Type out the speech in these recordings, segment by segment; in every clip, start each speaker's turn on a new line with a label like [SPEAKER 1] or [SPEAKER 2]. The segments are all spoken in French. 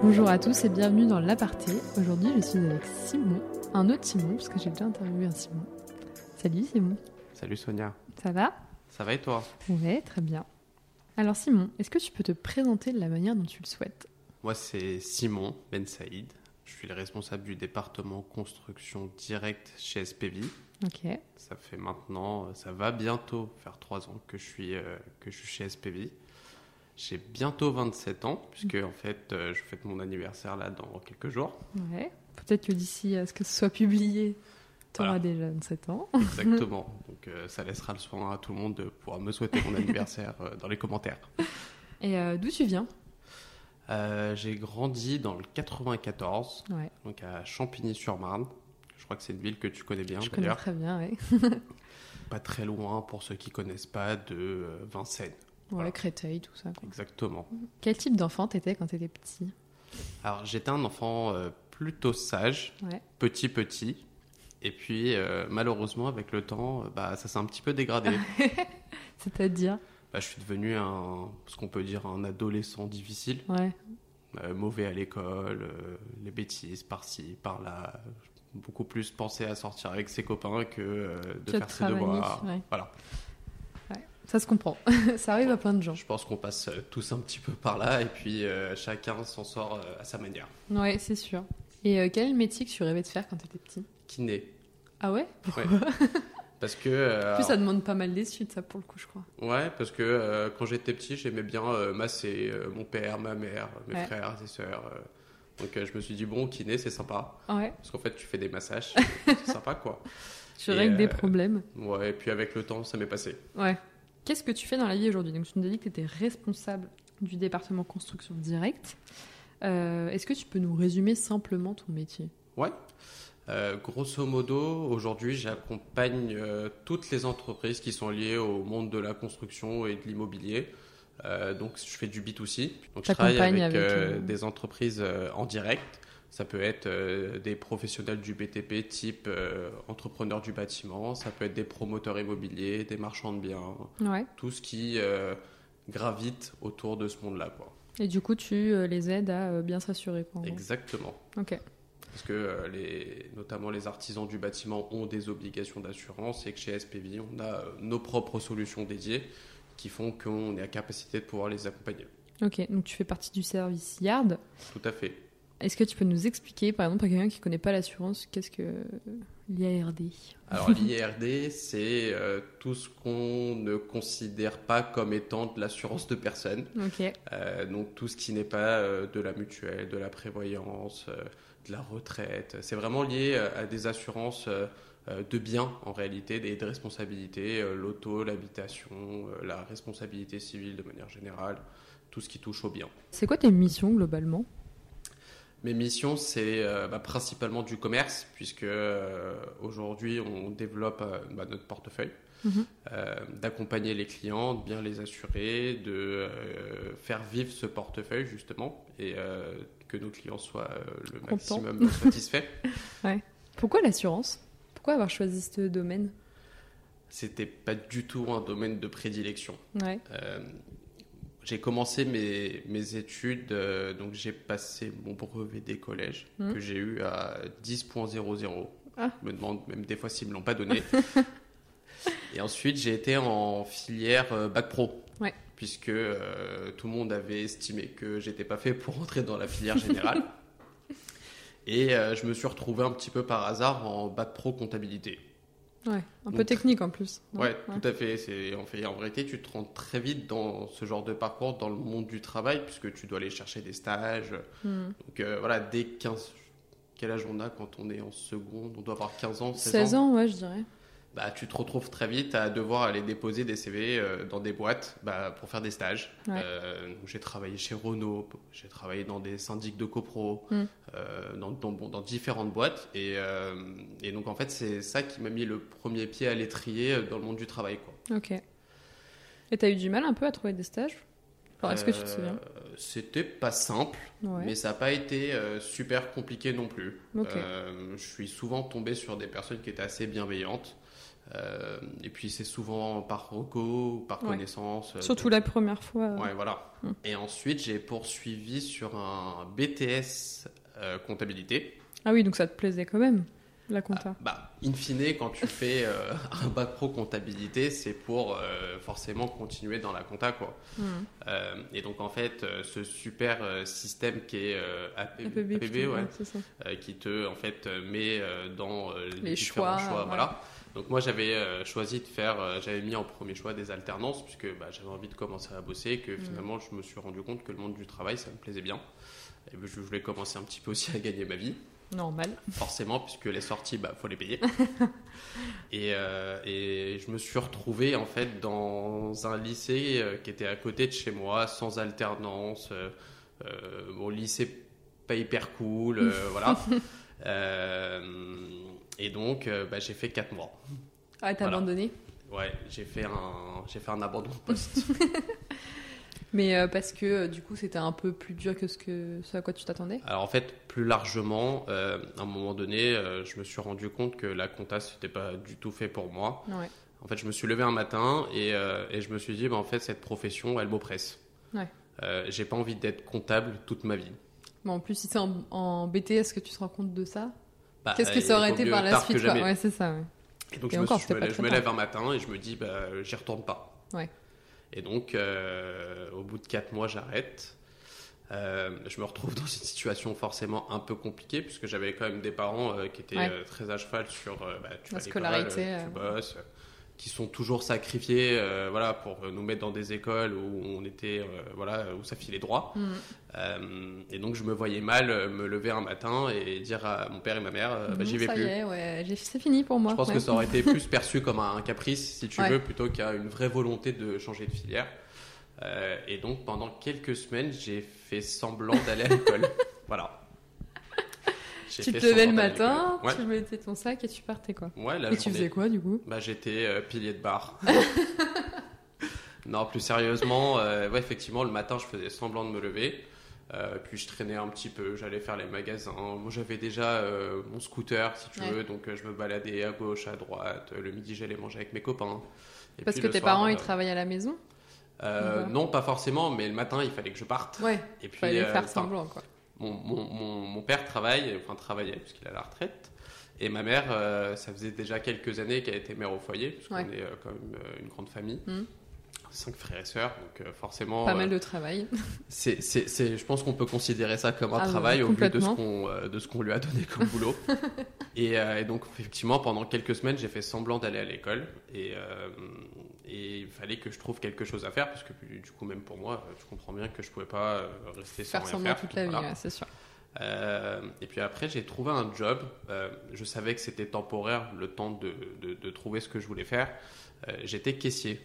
[SPEAKER 1] Bonjour à tous et bienvenue dans l'Aparté. Aujourd'hui, je suis avec Simon, un autre Simon, parce que j'ai déjà interviewé un Simon. Salut Simon,
[SPEAKER 2] Salut Sonia,
[SPEAKER 1] ça va
[SPEAKER 2] ça va et toi
[SPEAKER 1] Ouais, très bien. Alors Simon, est-ce que tu peux te présenter de la manière dont tu le souhaites
[SPEAKER 2] Moi c'est Simon Ben Saïd, je suis le responsable du département construction directe chez SPV.
[SPEAKER 1] Ok.
[SPEAKER 2] Ça fait maintenant, euh, ça va bientôt faire trois ans que je suis, euh, que je suis chez SPV. J'ai bientôt 27 ans, puisque en fait euh, je fête mon anniversaire là dans quelques jours.
[SPEAKER 1] Ouais. Peut-être que d'ici à ce que ce soit publié, tu auras
[SPEAKER 2] Voilà.
[SPEAKER 1] déjà 27 ans.
[SPEAKER 2] Exactement. Donc euh, ça laissera le soin à tout le monde de pouvoir me souhaiter mon anniversaire euh, dans les commentaires.
[SPEAKER 1] Et euh, d'où tu viens
[SPEAKER 2] Euh, J'ai grandi dans le 94,
[SPEAKER 1] Ouais.
[SPEAKER 2] donc à Champigny-sur-Marne. Je crois que c'est une ville que tu connais bien
[SPEAKER 1] Je connais
[SPEAKER 2] d'ailleurs.
[SPEAKER 1] très bien, ouais.
[SPEAKER 2] Pas très loin pour ceux qui connaissent pas de euh, Vincennes. Voilà.
[SPEAKER 1] Ouais, Créteil, tout ça. quoi.
[SPEAKER 2] Exactement.
[SPEAKER 1] Quel type d'enfant t'étais quand t'étais petit
[SPEAKER 2] Alors j'étais un enfant euh, plutôt sage,
[SPEAKER 1] Ouais.
[SPEAKER 2] petit petit. Et puis euh, malheureusement avec le temps, euh, bah, ça s'est un petit peu dégradé.
[SPEAKER 1] C'est-à-dire
[SPEAKER 2] Bah, je suis devenu un, ce qu'on peut dire un adolescent difficile.
[SPEAKER 1] Ouais.
[SPEAKER 2] Euh, mauvais à l'école, euh, les bêtises par-ci, par-là. Beaucoup plus penser à sortir avec ses copains que euh,
[SPEAKER 1] Que
[SPEAKER 2] de
[SPEAKER 1] de
[SPEAKER 2] faire ses
[SPEAKER 1] travailler,
[SPEAKER 2] devoirs.
[SPEAKER 1] ouais.
[SPEAKER 2] Voilà.
[SPEAKER 1] Ça se comprend. ça arrive à plein de gens.
[SPEAKER 2] Je pense qu'on passe euh, tous un petit peu par là et puis euh, chacun s'en sort euh, à sa manière.
[SPEAKER 1] Ouais, c'est sûr. Et euh, quel métier que tu rêvais de faire quand t'étais petit
[SPEAKER 2] Kiné.
[SPEAKER 1] Ah ouais
[SPEAKER 2] Ouais. parce que.
[SPEAKER 1] En
[SPEAKER 2] euh,
[SPEAKER 1] plus, ça demande pas mal des suites, ça, pour le coup, je crois.
[SPEAKER 2] Ouais, parce que euh, quand j'étais petit, j'aimais bien euh, masser euh, mon père, ma mère, mes
[SPEAKER 1] Ouais.
[SPEAKER 2] frères et sœurs. euh. donc euh, je me suis dit, bon, kiné, c'est sympa.
[SPEAKER 1] Ouais,
[SPEAKER 2] Parce qu'en fait, tu fais des massages. c'est sympa, quoi.
[SPEAKER 1] tu
[SPEAKER 2] Et,
[SPEAKER 1] règles des
[SPEAKER 2] euh,
[SPEAKER 1] problèmes.
[SPEAKER 2] Ouais, et puis avec le temps, ça m'est passé.
[SPEAKER 1] Ouais. Qu'est-ce que tu fais dans la vie aujourd'hui Donc, tu nous as dit que tu étais responsable du département construction directe. Euh, Est-ce que tu peux nous résumer simplement ton métier
[SPEAKER 2] Ouais. Euh, grosso modo, aujourd'hui, j'accompagne euh, toutes les entreprises qui sont liées au monde de la construction et de l'immobilier. Euh, donc, je fais du B2C. Donc, je travaille
[SPEAKER 1] T'accompagnes
[SPEAKER 2] avec,
[SPEAKER 1] avec,
[SPEAKER 2] euh,
[SPEAKER 1] euh,
[SPEAKER 2] des entreprises euh, en direct. Ça peut être euh, des professionnels du BTP type euh, entrepreneurs du bâtiment, ça peut être des promoteurs immobiliers, des marchands de biens,
[SPEAKER 1] Ouais.
[SPEAKER 2] tout ce qui euh, gravite autour de ce monde-là. quoi.
[SPEAKER 1] Et du coup, tu euh, les aides à euh, bien s'assurer. quoi, en gros.
[SPEAKER 2] Exactement.
[SPEAKER 1] Ok.
[SPEAKER 2] Parce que euh, les, notamment les artisans du bâtiment ont des obligations d'assurance et que chez SPV, on a euh, nos propres solutions dédiées qui font qu'on est à capacité de pouvoir les accompagner.
[SPEAKER 1] Ok, donc tu fais partie du service Yard.
[SPEAKER 2] Tout à fait.
[SPEAKER 1] Est-ce que tu peux nous expliquer, par exemple, à quelqu'un qui connaît pas l'assurance, qu'est-ce que euh, l'IARD
[SPEAKER 2] Alors l'IRD, c'est euh, tout ce qu'on ne considère pas comme étant de l'assurance de personne.
[SPEAKER 1] Ok.
[SPEAKER 2] Euh, donc tout ce qui n'est pas euh, de la mutuelle, de la prévoyance, euh, de la retraite. C'est vraiment lié euh, à des assurances euh, euh, de biens en réalité, des de responsabilités, euh, l'auto, l'habitation, euh, la responsabilité civile de manière générale, tout ce qui touche aux biens.
[SPEAKER 1] C'est quoi tes missions globalement
[SPEAKER 2] Mes missions, c'est euh, bah, principalement du commerce, puisque euh, aujourd'hui, on développe euh, bah, notre portefeuille,
[SPEAKER 1] Mhm.
[SPEAKER 2] euh, d'accompagner les clients, de bien les assurer, de euh, faire vivre ce portefeuille, justement, et euh, que nos clients soient euh, le
[SPEAKER 1] Contents.
[SPEAKER 2] maximum satisfaits.
[SPEAKER 1] Pourquoi l'assurance Pourquoi avoir choisi ce domaine
[SPEAKER 2] C'était pas du tout un domaine de prédilection.
[SPEAKER 1] Ouais.
[SPEAKER 2] Euh, j'ai commencé mes, mes études, euh, donc j'ai passé mon brevet des collèges
[SPEAKER 1] Mhm.
[SPEAKER 2] que j'ai eu à 10.00.
[SPEAKER 1] Ah.
[SPEAKER 2] Je me demande même des fois s'ils me l'ont pas donné. Et ensuite, j'ai été en filière euh, bac pro.
[SPEAKER 1] Ouais.
[SPEAKER 2] Puisque euh, tout le monde avait estimé que j'étais pas fait pour entrer dans la filière générale. Et euh, je me suis retrouvé un petit peu par hasard en bac pro comptabilité.
[SPEAKER 1] Ouais, un peu
[SPEAKER 2] Donc-
[SPEAKER 1] technique en plus. non
[SPEAKER 2] Ouais, tout à fait. C'est en fait en vérité, tu te rends très vite dans ce genre de parcours dans le monde du travail puisque tu dois aller chercher des stages.
[SPEAKER 1] Hmm.
[SPEAKER 2] Donc euh, voilà, dès 15 quel âge on a quand on est en seconde, on doit avoir 15 ans, 16,
[SPEAKER 1] 16
[SPEAKER 2] ans.
[SPEAKER 1] ans, ouais, je dirais.
[SPEAKER 2] Bah tu te retrouves très vite à devoir aller déposer des CV euh, dans des boîtes bah, pour faire des stages.
[SPEAKER 1] Ouais.
[SPEAKER 2] Euh, donc, j'ai travaillé chez Renault, j'ai travaillé dans des syndics de copro,
[SPEAKER 1] Mm.
[SPEAKER 2] euh, dans, dans- bon, dans différentes boîtes et, euh, et donc en fait, c'est ça qui m'a mis le premier pied à l'étrier euh, dans le monde du travail quoi.
[SPEAKER 1] Ok. Et t'as eu du mal un peu à trouver des stages Enfin, Est-ce que tu te
[SPEAKER 2] Euh,
[SPEAKER 1] souviens
[SPEAKER 2] C'était pas simple,
[SPEAKER 1] Ouais.
[SPEAKER 2] mais ça n'a pas été euh, super compliqué non plus.
[SPEAKER 1] Ok.
[SPEAKER 2] Euh, je suis souvent tombé sur des personnes qui étaient assez bienveillantes, Euh, et puis c'est souvent par reco, ou par
[SPEAKER 1] Ouais.
[SPEAKER 2] connaissance. euh,
[SPEAKER 1] Surtout
[SPEAKER 2] donc-
[SPEAKER 1] la première fois. euh,
[SPEAKER 2] Ouais, voilà.
[SPEAKER 1] Mm.
[SPEAKER 2] Et ensuite, j'ai poursuivi sur un BTS euh, comptabilité.
[SPEAKER 1] Ah oui, donc ça te plaisait quand même, la compta.
[SPEAKER 2] Bah, in fine, quand tu fais euh, un bac pro comptabilité, c'est pour euh, forcément continuer dans la compta, quoi.
[SPEAKER 1] Mhm.
[SPEAKER 2] Euh, et donc, en fait, euh, ce super euh, système qui est euh, AP-
[SPEAKER 1] APB,
[SPEAKER 2] APB,
[SPEAKER 1] plutôt,
[SPEAKER 2] ouais,
[SPEAKER 1] ouais, c'est ça.
[SPEAKER 2] euh, qui te en fait euh, met euh, dans euh,
[SPEAKER 1] Les
[SPEAKER 2] les
[SPEAKER 1] choix,
[SPEAKER 2] différents choix.
[SPEAKER 1] ouais.
[SPEAKER 2] voilà. Donc moi j'avais euh, choisi de faire, euh, j'avais mis en premier choix des alternances puisque bah, j'avais envie de commencer à bosser, que
[SPEAKER 1] Mm.
[SPEAKER 2] finalement je me suis rendu compte que le monde du travail ça me plaisait bien. Et puis, je voulais commencer un petit peu aussi à gagner ma vie,
[SPEAKER 1] Normal.
[SPEAKER 2] forcément, puisque les sorties, bah, faut les payer. et, euh, et je me suis retrouvé en fait dans un lycée euh, qui était à côté de chez moi, sans alternance, euh, euh, bon lycée pas hyper cool, euh, voilà. Euh, et donc, euh, bah, j'ai fait 4 mois.
[SPEAKER 1] Ah, t'as
[SPEAKER 2] Voilà.
[SPEAKER 1] abandonné
[SPEAKER 2] Ouais, j'ai fait un, j'ai fait un abandon de poste.
[SPEAKER 1] Mais euh, parce que euh, du coup, c'était un peu plus dur que ce, que ce à quoi tu t'attendais
[SPEAKER 2] Alors en fait, plus largement, euh, à un moment donné, euh, je me suis rendu compte que la compta, c'était pas du tout fait pour moi.
[SPEAKER 1] Ouais.
[SPEAKER 2] En fait, je me suis levé un matin et, euh, et je me suis dit, bah, en fait, cette profession, elle m'oppresse.
[SPEAKER 1] Ouais.
[SPEAKER 2] Euh, j'ai pas envie d'être comptable toute ma vie.
[SPEAKER 1] Bon, en plus, si c'est en, en BTS que tu te rends compte de ça,
[SPEAKER 2] Bah,
[SPEAKER 1] qu'est-ce que
[SPEAKER 2] euh,
[SPEAKER 1] ça aurait
[SPEAKER 2] vaut
[SPEAKER 1] été
[SPEAKER 2] mieux
[SPEAKER 1] par la
[SPEAKER 2] tard que
[SPEAKER 1] suite quoi.
[SPEAKER 2] jamais.
[SPEAKER 1] Ouais, c'est ça. ouais.
[SPEAKER 2] Et donc
[SPEAKER 1] Et
[SPEAKER 2] je, me
[SPEAKER 1] encore,
[SPEAKER 2] suis- je
[SPEAKER 1] c'était
[SPEAKER 2] me,
[SPEAKER 1] pas
[SPEAKER 2] lève-
[SPEAKER 1] très
[SPEAKER 2] je me
[SPEAKER 1] tard.
[SPEAKER 2] lève un matin et je me dis, bah, euh, j'y retourne pas.
[SPEAKER 1] Ouais.
[SPEAKER 2] Et donc, euh, au bout de quatre mois, j'arrête. Euh, je me retrouve dans une situation forcément un peu compliquée, puisque j'avais quand même des parents euh, qui étaient
[SPEAKER 1] Ouais.
[SPEAKER 2] euh, très à cheval sur euh, bah, tu
[SPEAKER 1] La
[SPEAKER 2] vas à l'école,
[SPEAKER 1] scolarité,
[SPEAKER 2] euh,
[SPEAKER 1] euh.
[SPEAKER 2] tu bosses, euh, qui sont toujours sacrifiés euh, voilà, pour euh, nous mettre dans des écoles où, on était, euh, voilà, où ça filait droit.
[SPEAKER 1] Mhm.
[SPEAKER 2] Euh, et donc, je me voyais mal euh, me lever un matin et dire à mon père et ma mère, euh, bah,
[SPEAKER 1] Bon,
[SPEAKER 2] j'y vais
[SPEAKER 1] Mhm, ça
[SPEAKER 2] plus.
[SPEAKER 1] y est, ouais, j'ai- c'est fini pour moi.
[SPEAKER 2] Je pense
[SPEAKER 1] ouais.
[SPEAKER 2] que ça aurait été plus perçu comme un caprice, si tu
[SPEAKER 1] Ouais.
[SPEAKER 2] veux, plutôt qu'à une vraie volonté de changer de filière. Euh, et donc, pendant quelques semaines, j'ai fait semblant d'aller à l'école. voilà. J'ai
[SPEAKER 1] Tu
[SPEAKER 2] fait
[SPEAKER 1] te levais le
[SPEAKER 2] semblant d'aller à
[SPEAKER 1] matin,
[SPEAKER 2] l'école.
[SPEAKER 1] tu mettais ton sac et tu partais quoi.
[SPEAKER 2] Ouais, ouais la
[SPEAKER 1] et tu
[SPEAKER 2] journée.
[SPEAKER 1] faisais quoi du coup
[SPEAKER 2] Bah, j'étais euh, pilier de bar. non, plus sérieusement, euh, ouais, effectivement, le matin, je faisais semblant de me lever. Euh, puis je traînais un petit peu, j'allais faire les magasins. Moi, j'avais déjà euh, mon scooter, si tu
[SPEAKER 1] Ouais.
[SPEAKER 2] veux, donc euh, je me baladais à gauche, à droite. Euh, Le midi, j'allais manger avec mes copains. Et
[SPEAKER 1] Parce
[SPEAKER 2] puis
[SPEAKER 1] que
[SPEAKER 2] le
[SPEAKER 1] tes
[SPEAKER 2] soir,
[SPEAKER 1] parents
[SPEAKER 2] euh,
[SPEAKER 1] ils travaillent à la maison
[SPEAKER 2] euh,
[SPEAKER 1] ou pas
[SPEAKER 2] Non, pas forcément, mais le matin, il fallait que je parte.
[SPEAKER 1] Ouais,
[SPEAKER 2] Et puis,
[SPEAKER 1] fallait
[SPEAKER 2] euh,
[SPEAKER 1] faire
[SPEAKER 2] enfin,
[SPEAKER 1] semblant quoi.
[SPEAKER 2] mon, mon- mon- mon père travaille, enfin travaillait puisqu'il a la retraite. Et ma mère, euh, ça faisait déjà quelques années qu'elle était mère au foyer, parce qu'on
[SPEAKER 1] Ouais.
[SPEAKER 2] est euh, quand même euh, une grande famille.
[SPEAKER 1] Mhm.
[SPEAKER 2] Cinq frères et sœurs, donc euh, forcément,
[SPEAKER 1] Pas
[SPEAKER 2] euh,
[SPEAKER 1] mal de travail.
[SPEAKER 2] c'est, c'est- c'est- je pense qu'on peut considérer ça comme un
[SPEAKER 1] Ah ouais,
[SPEAKER 2] travail au vu de ce,
[SPEAKER 1] complètement.
[SPEAKER 2] qu'on, euh, de ce qu'on lui a donné comme boulot. et, euh, et donc, effectivement, pendant quelques semaines, j'ai fait semblant d'aller à l'école. Et, euh, et il fallait que je trouve quelque chose à faire, parce que du coup, même pour moi, euh, je comprends bien que je pouvais pas euh, rester sans
[SPEAKER 1] Faire
[SPEAKER 2] rien
[SPEAKER 1] semblant
[SPEAKER 2] faire.
[SPEAKER 1] toute la vie,
[SPEAKER 2] Voilà.
[SPEAKER 1] ouais, c'est sûr.
[SPEAKER 2] Euh, et puis après, j'ai trouvé un job. Euh, je savais que c'était temporaire, le temps de, de- de trouver ce que je voulais faire. Euh, J'étais caissier.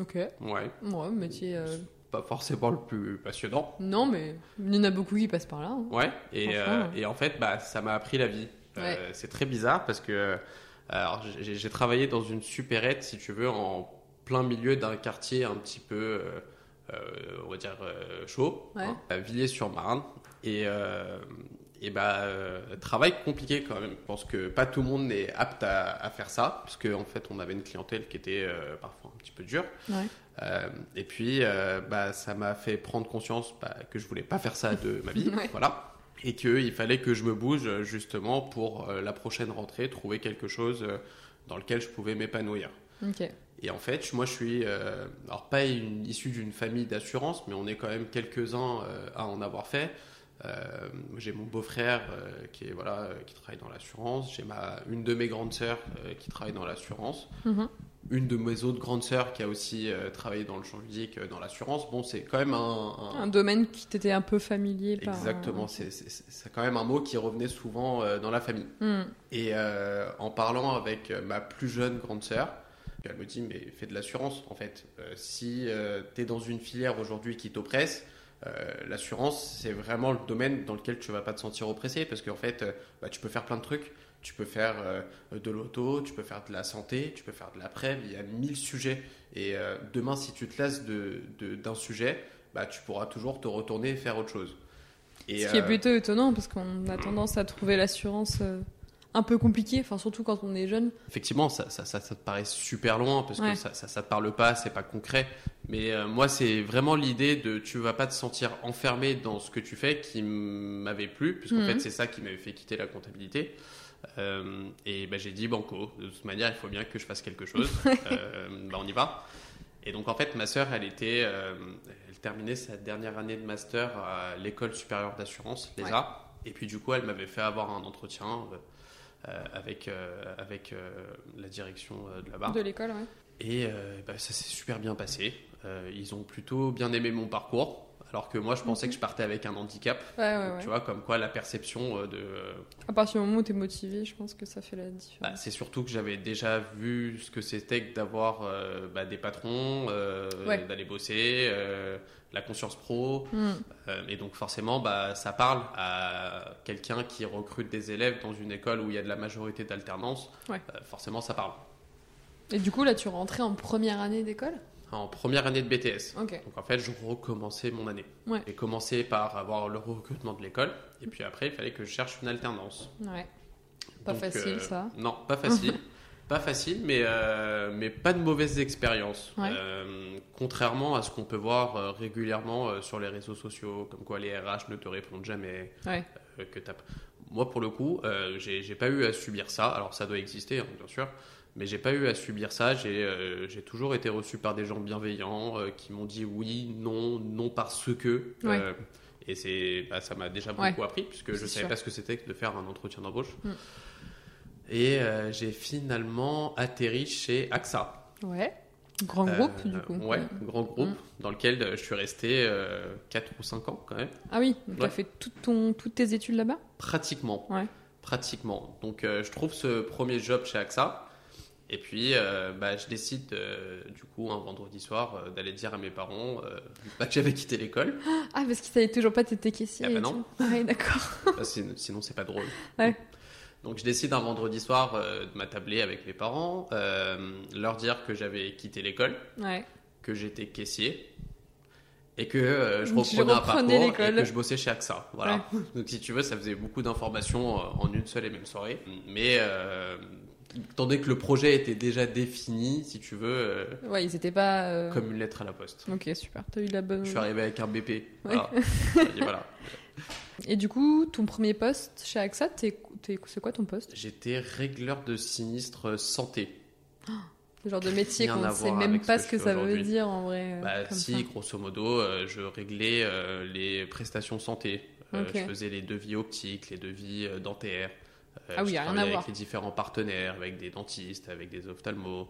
[SPEAKER 1] Ok,
[SPEAKER 2] Ouais,
[SPEAKER 1] ouais, métier. euh,
[SPEAKER 2] pas forcément le plus passionnant.
[SPEAKER 1] Non, mais il y en a beaucoup qui passent par là. hein.
[SPEAKER 2] Ouais, et,
[SPEAKER 1] Franchement,
[SPEAKER 2] euh,
[SPEAKER 1] ouais.
[SPEAKER 2] et en fait, bah, ça m'a appris la vie. Euh, C'est très bizarre parce que euh, alors, j'ai j'ai travaillé dans une supérette, si tu veux, en plein milieu d'un quartier un petit peu, euh, euh, on va dire, euh, chaud,
[SPEAKER 1] Ouais.
[SPEAKER 2] à Villiers-sur-Marne. Et, euh, et bah, euh, travail compliqué quand même. Je pense que pas tout le monde est apte à, à faire ça, parce qu'en en fait, on avait une clientèle qui était euh, parfois un petit peu dure.
[SPEAKER 1] Ouais.
[SPEAKER 2] Euh, et puis, euh, bah, ça m'a fait prendre conscience bah, que je voulais pas faire ça de ma vie,
[SPEAKER 1] Ouais.
[SPEAKER 2] voilà, et qu'il fallait que je me bouge euh, justement pour euh, la prochaine rentrée, trouver quelque chose euh, dans lequel je pouvais m'épanouir.
[SPEAKER 1] Ok.
[SPEAKER 2] Et en fait, je- moi, je suis euh, alors pas une, issu d'une famille d'assurance, mais on est quand même quelques-uns euh, à en avoir fait. Euh, j'ai mon beau-frère euh, qui est voilà euh, qui travaille dans l'assurance. J'ai ma une de mes grandes sœurs euh, qui travaille dans l'assurance.
[SPEAKER 1] Mhm.
[SPEAKER 2] Une de mes autres grandes sœurs qui a aussi euh, travaillé dans le champ juridique, euh, dans l'assurance. Bon, c'est quand même un- un,
[SPEAKER 1] Un hein. domaine qui t'était un peu familier. par- euh,
[SPEAKER 2] exactement. C'est c'est- c'est- c'est quand même un mot qui revenait souvent euh, dans la famille.
[SPEAKER 1] Hmm.
[SPEAKER 2] Et euh, en parlant avec euh, ma plus jeune grande sœur, elle me dit mais fais de l'assurance en fait. Euh, si tu es dans une filière aujourd'hui qui t'oppresse, euh, l'assurance c'est vraiment le domaine dans lequel tu vas pas te sentir oppressé parce qu'en fait euh, bah, tu peux faire plein de trucs. Tu peux faire euh, de l'auto, tu peux faire de la santé, tu peux faire de la prêve, il y a mille sujets. Et euh, demain, si tu te lasses de- de- d'un sujet, bah, tu pourras toujours te retourner et faire autre chose. Et,
[SPEAKER 1] Ce qui est
[SPEAKER 2] euh,
[SPEAKER 1] plutôt étonnant parce qu'on a tendance à trouver l'assurance euh, un peu compliqué, enfin surtout quand on est jeune.
[SPEAKER 2] Effectivement, ça, ça, ça, ça te paraît super loin parce
[SPEAKER 1] Ouais.
[SPEAKER 2] que ça, ça, ça te parle pas, c'est pas concret. Mais euh, moi, c'est vraiment l'idée de tu vas pas te sentir enfermé dans ce que tu fais qui m'avait plu, parce qu'en
[SPEAKER 1] Mhm.
[SPEAKER 2] fait, c'est ça qui m'avait fait quitter la comptabilité. Euh, et ben, j'ai dit banco, de toute manière, il faut bien que je fasse quelque chose. Euh, ben, on y va. Et donc, en fait, ma sœur, elle était, euh, elle terminait sa dernière année de master à l'école supérieure d'assurance, l'ESA. Et puis, du coup, elle m'avait fait avoir un entretien euh, euh, avec, euh, avec euh, la direction euh, de la barre.
[SPEAKER 1] De l'école, ouais.
[SPEAKER 2] Et euh, bah, ça s'est super bien passé. Euh, ils ont plutôt bien aimé mon parcours, alors que moi je pensais que je partais avec un handicap.
[SPEAKER 1] Mhm. Ah Ouais,
[SPEAKER 2] Donc,
[SPEAKER 1] ouais, ouais.
[SPEAKER 2] Tu vois, comme quoi la perception euh, de.
[SPEAKER 1] À partir du moment où t'es motivé, je pense que ça fait la
[SPEAKER 2] bah,
[SPEAKER 1] différence.
[SPEAKER 2] c'est surtout que j'avais déjà vu ce que c'était que d'avoir euh, bah, des patrons, euh,
[SPEAKER 1] Ouais.
[SPEAKER 2] d'aller bosser, euh, la conscience pro.
[SPEAKER 1] Hmm.
[SPEAKER 2] Euh, et donc forcément, bah, ça parle à quelqu'un qui recrute des élèves dans une école où il y a de la majorité d'alternance.
[SPEAKER 1] Ouais.
[SPEAKER 2] Euh, forcément, ça parle.
[SPEAKER 1] Et du coup, là, tu rentrais en première année d'école
[SPEAKER 2] En première année de BTS.
[SPEAKER 1] Ok.
[SPEAKER 2] Donc en fait, je recommençais mon année.
[SPEAKER 1] Ouais.
[SPEAKER 2] J'ai commencé par avoir le recrutement de l'école, et puis après, il fallait que je cherche une alternance.
[SPEAKER 1] Ouais. Pas
[SPEAKER 2] Donc,
[SPEAKER 1] facile,
[SPEAKER 2] euh,
[SPEAKER 1] ça.
[SPEAKER 2] Non, pas facile. pas facile, mais, euh, mais pas de mauvaises expériences.
[SPEAKER 1] Ouais.
[SPEAKER 2] Euh, contrairement à ce qu'on peut voir euh, régulièrement euh, sur les réseaux sociaux, comme quoi les RH ne te répondent jamais.
[SPEAKER 1] Ouais.
[SPEAKER 2] euh, que t'as- Moi, pour le coup, euh, j'ai j'ai pas eu à subir ça. Alors, ça doit exister, hein, bien sûr. Mais j'ai pas eu à subir ça. J'ai euh, j'ai toujours été reçu par des gens bienveillants euh, qui m'ont dit oui, non, non parce que.
[SPEAKER 1] Ouais.
[SPEAKER 2] Euh, et c'est, bah, ça m'a déjà beaucoup
[SPEAKER 1] Ouais.
[SPEAKER 2] appris puisque je
[SPEAKER 1] C'est
[SPEAKER 2] savais
[SPEAKER 1] sûr.
[SPEAKER 2] pas ce que c'était que de faire un entretien d'embauche.
[SPEAKER 1] Mm.
[SPEAKER 2] Et euh, j'ai finalement atterri chez AXA.
[SPEAKER 1] Ouais. Grand groupe,
[SPEAKER 2] Euh,
[SPEAKER 1] du coup.
[SPEAKER 2] Ouais, grand groupe
[SPEAKER 1] Mm.
[SPEAKER 2] dans lequel euh, je suis resté 4 ou 5 ans quand même.
[SPEAKER 1] Ah oui, donc t'as
[SPEAKER 2] Ouais.
[SPEAKER 1] fait tout ton, toutes tes études là-bas
[SPEAKER 2] Pratiquement.
[SPEAKER 1] Ouais.
[SPEAKER 2] Pratiquement. Donc euh, je trouve ce premier job chez AXA. Et puis euh, bah, je décide euh, du coup un vendredi soir euh, d'aller dire à mes parents euh, bah, que j'avais quitté l'école.
[SPEAKER 1] Ah, parce qu'ils savaient toujours pas t'étais caissier.
[SPEAKER 2] Ah bah
[SPEAKER 1] et
[SPEAKER 2] non.
[SPEAKER 1] tout. Ouais, d'accord.
[SPEAKER 2] Bah, sin- sinon c'est pas drôle.
[SPEAKER 1] Ouais.
[SPEAKER 2] Donc je décide un vendredi soir euh, de m'attabler avec mes parents, euh, leur dire que j'avais quitté l'école,
[SPEAKER 1] Ouais.
[SPEAKER 2] que j'étais caissier et que euh, je
[SPEAKER 1] Donc, tu
[SPEAKER 2] reprenais un
[SPEAKER 1] reprenais
[SPEAKER 2] parcours et
[SPEAKER 1] l'école.
[SPEAKER 2] que je bossais chez AXA. Voilà. Donc si tu veux, ça faisait beaucoup d'informations euh, en une seule et même soirée. Mais euh, étant donné que le projet était déjà défini, si tu veux, euh,
[SPEAKER 1] Ouais, ils étaient pas. euh,
[SPEAKER 2] comme une lettre à la poste.
[SPEAKER 1] Ok, super. T'as eu de la bonne.
[SPEAKER 2] Je suis arrivé avec un BP. Voilà. Je dis, voilà.
[SPEAKER 1] Et du coup, ton premier poste chez AXA, t'es- t'es- c'est quoi ton poste
[SPEAKER 2] J'étais régleur de sinistre santé.
[SPEAKER 1] Le genre de métier
[SPEAKER 2] Rien
[SPEAKER 1] qu'on
[SPEAKER 2] à
[SPEAKER 1] ne sait
[SPEAKER 2] voir
[SPEAKER 1] même
[SPEAKER 2] avec ce
[SPEAKER 1] pas
[SPEAKER 2] que
[SPEAKER 1] ce
[SPEAKER 2] je
[SPEAKER 1] que
[SPEAKER 2] fais
[SPEAKER 1] ça veut
[SPEAKER 2] aujourd'hui.
[SPEAKER 1] dire en vrai. euh,
[SPEAKER 2] Bah,
[SPEAKER 1] comme
[SPEAKER 2] si,
[SPEAKER 1] ça.
[SPEAKER 2] grosso modo, euh, je réglais euh, les prestations santé. Euh,
[SPEAKER 1] Ok.
[SPEAKER 2] Je faisais les devis optiques, les devis euh, dentaires. Euh,
[SPEAKER 1] Ah oui,
[SPEAKER 2] je
[SPEAKER 1] y a rien à
[SPEAKER 2] travaillais
[SPEAKER 1] voir.
[SPEAKER 2] avec les différents partenaires, avec des dentistes, avec des ophtalmos.